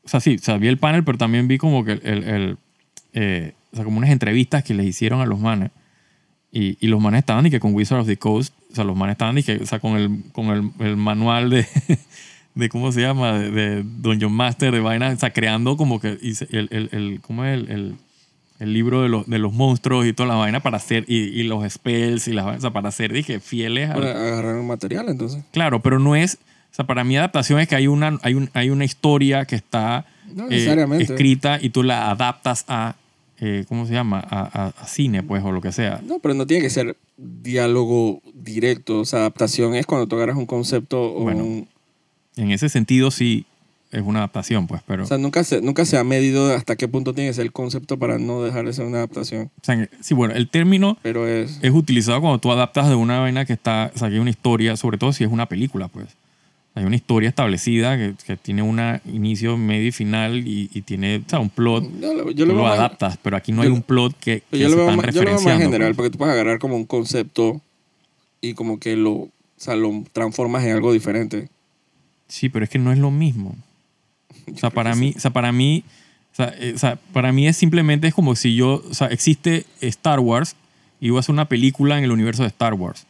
o sea, sí, o sea, vi el panel, pero también vi como que el, el- el, eh, o sea, como unas entrevistas que les hicieron a los manes. Y, y los manes estaban y que con Wizard of the Coast, o sea, los manes estaban y que, o sea, con el, con el, el manual de, de, ¿cómo se llama? De, de Dungeon Master, de vainas, o sea, creando como que, y se- el, el, el- ¿cómo es? El, el- el libro de los, de los monstruos y toda la vaina para hacer, y, y los spells y las vainas, o sea, para ser, dije, fieles
Bueno,
a...
agarraron material entonces.
Claro, pero no es, o sea, para mí adaptación es que hay una, hay un- hay una historia que está
No
eh,
necesariamente.
escrita y tú la adaptas a, eh, ¿cómo se llama? A, a- a cine, pues, o lo que sea.
No, pero no tiene que ser diálogo directo. O sea, adaptación es cuando tú agarras un concepto o
Bueno.
un...
En ese sentido sí es una adaptación, pues, pero...
O sea, nunca se, nunca se ha medido hasta qué punto tiene que ser el concepto para no dejar de ser una adaptación.
o sea, sí, bueno, el término
Pero es...
es utilizado cuando tú adaptas de una vaina que está, o sea, que hay una historia, sobre todo si es una película, pues. Hay una historia establecida que, que tiene un inicio, medio y final y, y tiene, o sea, un plot.
Yo lo, yo
Tú
lo
lo
veo más-
adaptas, pero aquí no hay
yo-
un plot que, que
Pero yo,
se
lo veo
están
más, yo lo veo más
referenciando,
general,
pues.
porque tú puedes agarrar como un concepto y como que lo, o sea, lo transformas en algo diferente.
Sí, pero es que no es lo mismo. O sea,
creo
para
que
mí, o sea, para mí, o sea, eh, o sea, para mí es simplemente es como si yo, o sea, existe Star Wars y voy a hacer una película en el universo de Star Wars.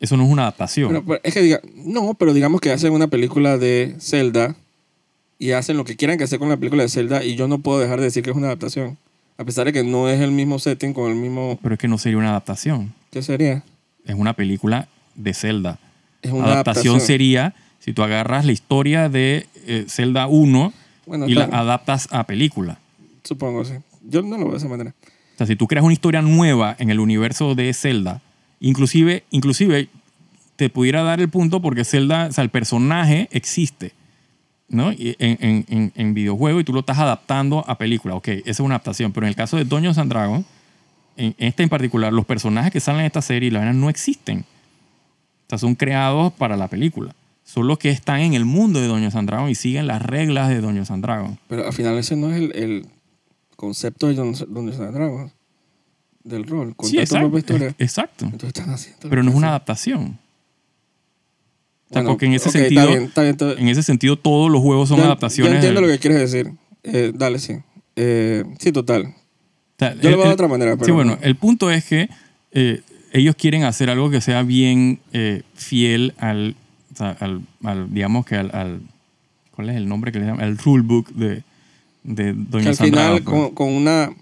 Eso no es una adaptación.
Pero, pero es que diga, no, pero digamos que hacen una película de Zelda y hacen lo que quieran que hacer con la película de Zelda y yo no puedo dejar de decir que es una adaptación. A pesar de que no es el mismo setting con el mismo...
pero es que no sería una adaptación.
¿Qué sería?
Es una película de Zelda.
Es una
adaptación, sería si tú agarras la historia de eh, Zelda 1
Bueno,
y la
claro,
adaptas a película.
supongo, sí. Yo no lo veo de esa manera.
O sea, si tú creas una historia nueva en el universo de Zelda, inclusive, inclusive te pudiera dar el punto porque Zelda, o sea, el personaje existe, ¿no? Y en, en, en- en videojuego y tú lo estás adaptando a película. Ok, esa es una adaptación. Pero en el caso de Doño Sandragon, en esta en particular, los personajes que salen en esta serie, la verdad, no existen. O sea, son creados para la película. Son los que están en el mundo de Doño Sandragon y siguen las reglas de Doño Sandragon.
Pero al final ese no es el, el concepto de Don- donde se Dragon. Del rol. Contar tu propia historia.
Exacto.
Entonces están haciendo...
Pero no es una
adaptación.
adaptación. O sea,
Bueno,
porque en ese
ok,
sentido,
Está bien, está bien, está bien.
en ese sentido, todos los juegos son
Yo-
adaptaciones.
Yo entiendo
del-
lo que quieres decir. Eh, dale, sí. Eh, sí, total.
o sea,
Yo lo
el-
veo
el-
de otra manera. Pero
sí, bueno, el punto es que eh, ellos quieren hacer algo que sea bien eh, fiel al, o sea, al, al- digamos que al, al- ¿cuál es el nombre que le llaman? El rulebook de, de
que
Doña
al
Sandra.
final,
pues.
con, con una.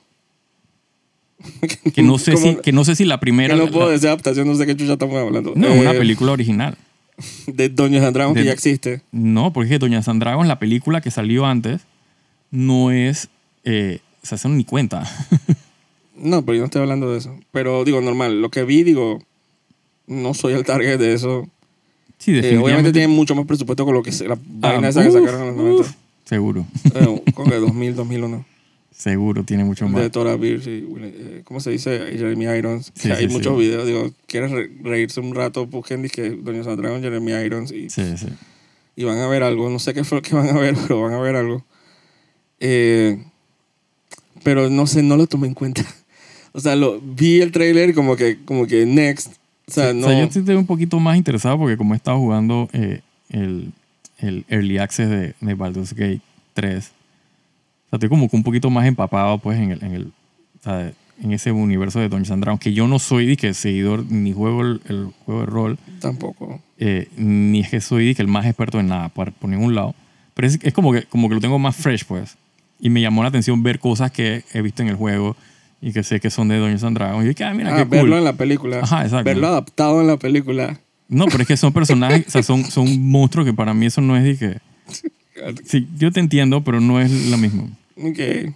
que no sé
como-
si, que no sé si la
que
primera,
no
la-
puedo decir adaptación, no sé qué chucha estamos hablando.
no,
Eh,
una película original.
De Doña Sandragon, que
de-
ya existe.
No, porque Doña Sandragon, la película que salió antes, no es. Eh, o sea, eso ni cuenta.
No, pero yo no estoy hablando de eso. Pero digo, normal. Lo que vi, digo. No soy el target de eso.
Sí,
Eh,
definitivamente.
obviamente tienen mucho más presupuesto con lo que se- la
Ah,
vaina esa que
uf,
sacaron en los 90.
uf, Seguro,
Eh, con el 2000, 2001.
seguro tiene mucho
de
más.
Tora Birch y Will- eh, ¿cómo se dice? Jeremy Irons.
Sí,
Que hay
sí,
muchos
sí.
videos, digo, ¿quieres re- reírse un rato? Busquen que Doña Sandra con Jeremy Irons y,
Sí, sí.
y van a ver algo. No sé qué fue lo que van a ver, pero van a ver algo. Eh, pero no sé, no lo tomé en cuenta. O sea, lo, vi el trailer y como que, como que next. O sea,
Sí,
no.
o sea, yo sí estoy un poquito más interesado porque como he estado jugando eh, el, el Early Access de, de Baldur's Gate 3, o sea, estoy como que un poquito más empapado pues en el, en el o sea, de- en ese universo de Dungeons and Dragons, que yo no soy dizque, seguidor ni juego el, el juego de rol,
Tampoco.
eh, ni es que soy dizque, el más experto en nada por, por ningún lado, pero es, es como, que, como que lo tengo más fresh pues. Y me llamó la atención ver cosas que he visto en el juego y que sé que son de Dungeons and Dragons. Y dije, ah, mira,
Ah,
qué
verlo
cool.
en la película.
Ajá, exacto.
Verlo adaptado en la película.
No, pero es que son personajes, o sea, son, son monstruos que para mí eso no es de que... Sí, yo te entiendo, pero no es lo mismo.
Ok.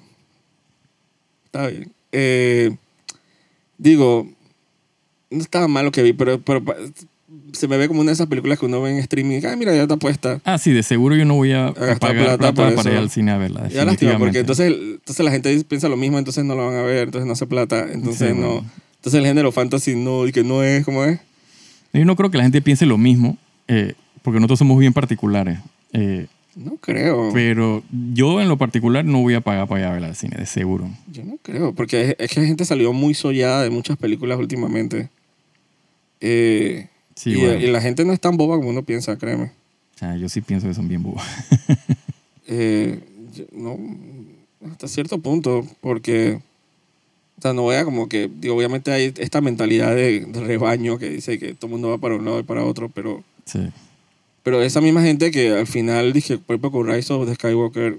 Está bien. Eh, digo, no estaba mal lo que vi, pero, pero pa- se me ve como una de esas películas que uno ve en streaming. Ah, mira, ya está puesta.
Ah, sí, de seguro yo no voy a
gastar
pagar
plata
plata,
por
para
eso.
ir al cine a verla,
Ya lástima, porque
definitivamente.
entonces, entonces la gente piensa lo mismo, entonces no la van a ver, entonces no hace plata, entonces
Sí,
no.
bueno.
Entonces el género fantasy no, y que no es como es.
Yo no creo que la gente piense lo mismo, eh, porque nosotros somos bien particulares. eh,
No creo.
pero yo en lo particular no voy a pagar para ir a verla al cine, de seguro.
Yo no creo, porque es, es que la gente salió muy sollada de muchas películas últimamente. Eh,
Sí,
y-
bueno.
y la gente no es tan boba como uno piensa, créeme.
O sea, yo sí pienso que son bien bobos.
Eh, yo- no, hasta cierto punto, porque, o sea, no voy a como que, digo, obviamente hay esta mentalidad de, de rebaño que dice que todo el mundo va para un lado y para otro, pero,
Sí.
pero esa misma gente que al final dije, por ejemplo, con Rise of the Skywalker,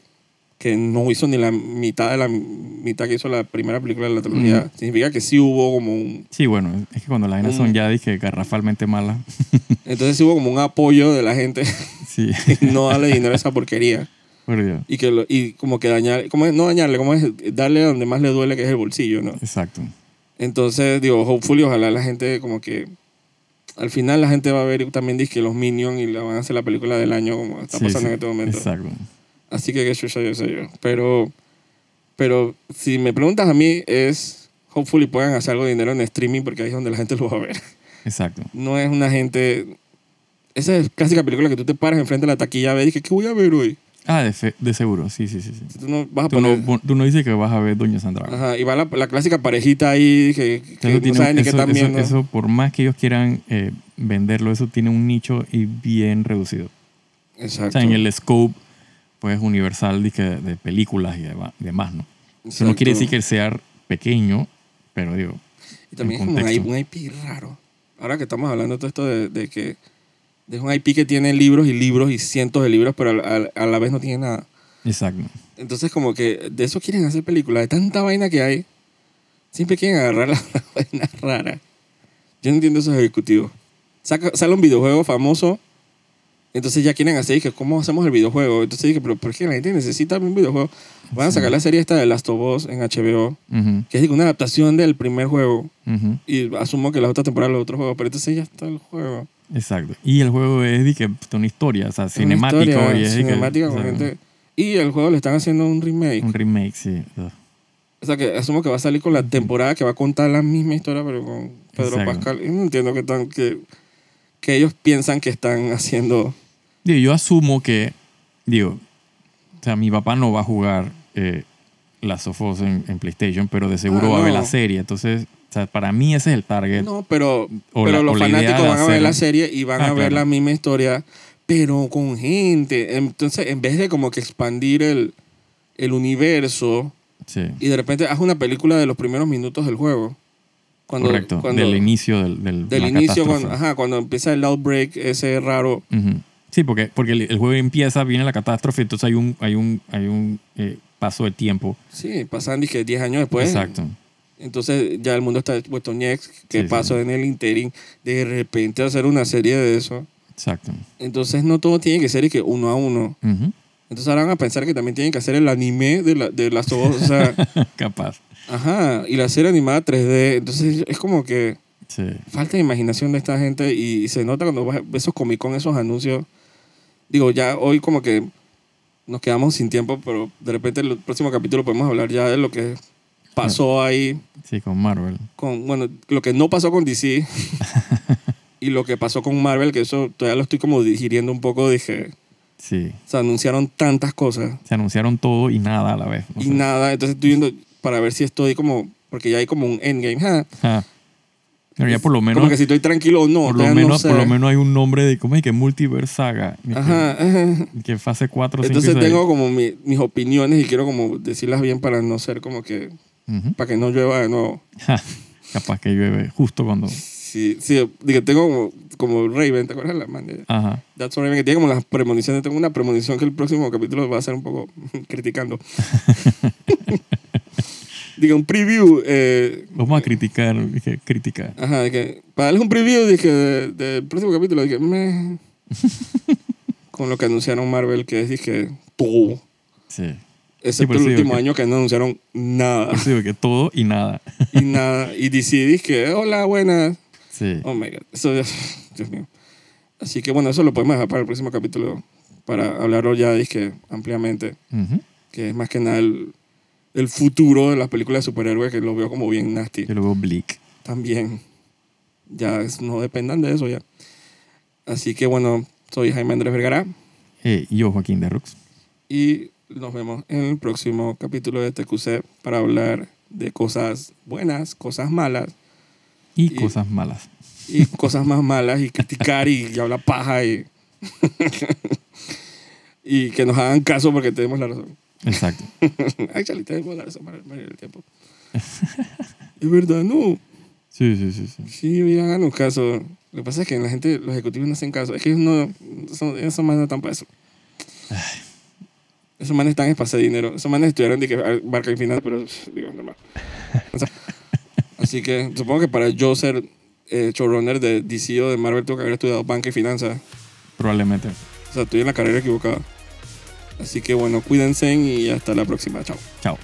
que no hizo ni la mitad de la mitad que hizo la primera película de la trilogía. Significa que sí hubo como un...
Sí, bueno, es que cuando las vainas son
Mm.
ya dije garrafalmente malas.
Entonces sí hubo como un apoyo de la gente
sí,
en no darle dinero a esa porquería.
por Dios.
Y, que lo- y como que dañar, como es, no dañarle, como es darle donde más le duele, que es el bolsillo, ¿no?
Exacto.
Entonces, digo, hopefully, ojalá la gente como que... Al final la gente va a ver también dice que los Minions y la van a hacer la película del año como está
Sí,
pasando
sí,
en este momento.
Exacto.
Así que qué chucha yo sé yo. Pero, pero si me preguntas a mí es, hopefully puedan hacer algo de dinero en streaming porque ahí es donde la gente lo va a ver.
Exacto.
No es una gente... Esa es clásica película que tú te paras enfrente de la taquilla y dices, ¿qué voy a ver hoy?
Ah, de, fe- de seguro, sí, sí, sí. sí.
Si tú no vas a
Tú, no,
poner...
tú no dices que vas a ver Doña Sandra.
Ajá, y va la, la clásica parejita ahí que, que
Eso,
no
tiene-
saben ni qué
eso-
están
eso-
viendo.
eso, por más que ellos quieran eh, venderlo, eso tiene un nicho y bien reducido. O
Exacto.
sea, en el scope, pues, universal dizque, de, de películas y deba- demás, ¿no? Eso no
exacto.
quiere decir que sea pequeño, pero digo,
Y también es
en
como un I-
contexto.
un IP, raro. Ahora que estamos hablando de todo esto de, de que es un IP que tiene libros y libros y cientos de libros, pero al- al- a la vez no tiene nada.
exacto.
Entonces, como que de eso quieren hacer películas, de tanta vaina que hay. Siempre quieren agarrar las vainas raras. Yo no entiendo esos ejecutivos. Saca- sale un videojuego famoso, entonces ya quieren hacer, dije, ¿cómo hacemos el videojuego? Entonces dije, ¿pero por qué la gente necesita un videojuego? Van a sacar la serie esta de Last of Us en HBO,
Ujú,
que es digo, una adaptación del primer juego.
ujú,
Y asumo que la otra temporada los otros juegos, pero entonces ya está el juego.
Exacto. Y el juego es dizque, una historia, o sea,
Es una
cinemático.
historia
y es, dizque,
cinemática
o
con
sea,
gente. Y el juego le están haciendo un remake.
Un remake, sí. Ugh.
O sea, que asumo que va a salir con la temporada que va a contar la misma historia, pero con Pedro
Exacto.
Pascal. Y no entiendo que, tan, que, que ellos piensan que están haciendo.
Digo, yo asumo que, digo, o sea, mi papá no va a jugar eh, Last of Us en, en PlayStation, pero de seguro
Ah,
va a ver
no.
la serie. Entonces, o sea, para mí ese es el target.
No, pero,
O
pero
la- o
los
la idea
fanáticos
de
van a ver
hacer-
la serie y van
Ah,
a ver
claro.
la misma historia, pero con gente. Entonces, en vez de como que expandir el, el universo
Sí,
y de repente haz una película de los primeros minutos del juego. Cuando,
correcto.
cuando-
del inicio del, del,
del
la
inicio, cuando,
catástrofe.
ajá, cuando empieza el outbreak ese raro.
Ujú. Sí, porque, porque el, el juego empieza, viene la catástrofe, entonces hay un, hay un, hay un eh, paso de tiempo.
Sí, pasan, dije, 10 años después.
Exacto.
Entonces ya el mundo está puesto en X, que
Sí, sí.
pasó en el interín, de repente hacer una serie de eso.
Exacto.
Entonces no todo tiene que ser y que uno a uno.
Ujú.
Entonces ahora van a pensar que también tienen que hacer el anime de, la, de las dos, o sea,
Capaz.
ajá, y la serie animada 3D. Entonces es como que
Sí.
falta de imaginación de esta gente y, se nota cuando vas a esos Comic Con, esos anuncios. Digo, ya hoy como que nos quedamos sin tiempo, pero de repente en el próximo capítulo podemos hablar ya de lo que pasó ahí
Sí, con Marvel.
con, bueno, lo que no pasó con DC y lo que pasó con Marvel, que eso todavía lo estoy como digiriendo un poco, dije,
Sí.
se anunciaron tantas cosas
Se anunciaron todo y nada a la vez. no
y
sé.
nada, entonces estoy viendo para ver si estoy como, porque ya hay como un endgame, ja,
Ah. Pero ya por lo menos.
como que si estoy tranquilo o no,
por, lo
todavía
menos,
no sé.
por lo menos hay un nombre de. ¿Cómo es que? Multiverse Saga. Ni que-
eh, Ajá, ajá.
ni Que, fase 4, 5
Entonces tengo como mi- mis opiniones y quiero como decirlas bien para no ser como que, para que no llueva de nuevo.
Capaz que llueve justo cuando.
Sí, sí, dije, tengo como, como Raven, ¿te acuerdas de la man?
Ajá.
That's what I mean, que tiene como las premoniciones. Tengo una premonición que el próximo capítulo va a ser un poco criticando. Diga, un preview. eh,
Vamos a criticar. Dije, criticar.
ajá, de que, para darles un preview, dije, de- del próximo capítulo, dije, meh. Con lo que anunciaron Marvel, que es, dije, todo.
Sí.
Excepto
pero
el
sí,
último
ok.
año que no anunciaron nada.
Por eso digo que todo y nada.
y nada. Y DC, dije, hola, buenas.
Sí.
Oh my God. Eso, Dios mío. Así que bueno, eso lo podemos dejar para el próximo capítulo. Para hablarlo ya, dije, ampliamente.
Ujú.
que es más que nada el, el futuro de las películas de superhéroes, que lo veo como bien nasty.
Yo lo veo bleak.
También, ya es- no dependan de eso ya. Así que bueno, soy Jaime Andrés Vergara
Eh, yo, Joaquín de Rux.
y nos vemos en el próximo capítulo de TQC para hablar de cosas buenas, cosas malas
Y,
Y-
cosas malas.
y cosas más malas y criticar y, y hablar paja y, y que nos hagan caso porque tenemos la razón.
Exacto.
Actually, tenemos la razón para el tiempo. Es verdad, no.
Sí, sí, sí. sí.
Sí, oye, háganos caso. Lo que pasa es que la gente, los ejecutivos no hacen caso. Es que ellos no son, ellos son más no tan para eso. Esos manes están en espacio de dinero. Esos manes estuvieron de que barca y finanzas, pero digo, normal. O sea, así que supongo que para yo ser eh, showrunner de DC o de Marvel tengo que haber estudiado banca y finanzas.
Probablemente.
O sea, estoy en la carrera equivocada. Así que bueno, cuídense y hasta la próxima. Chao.
Chao.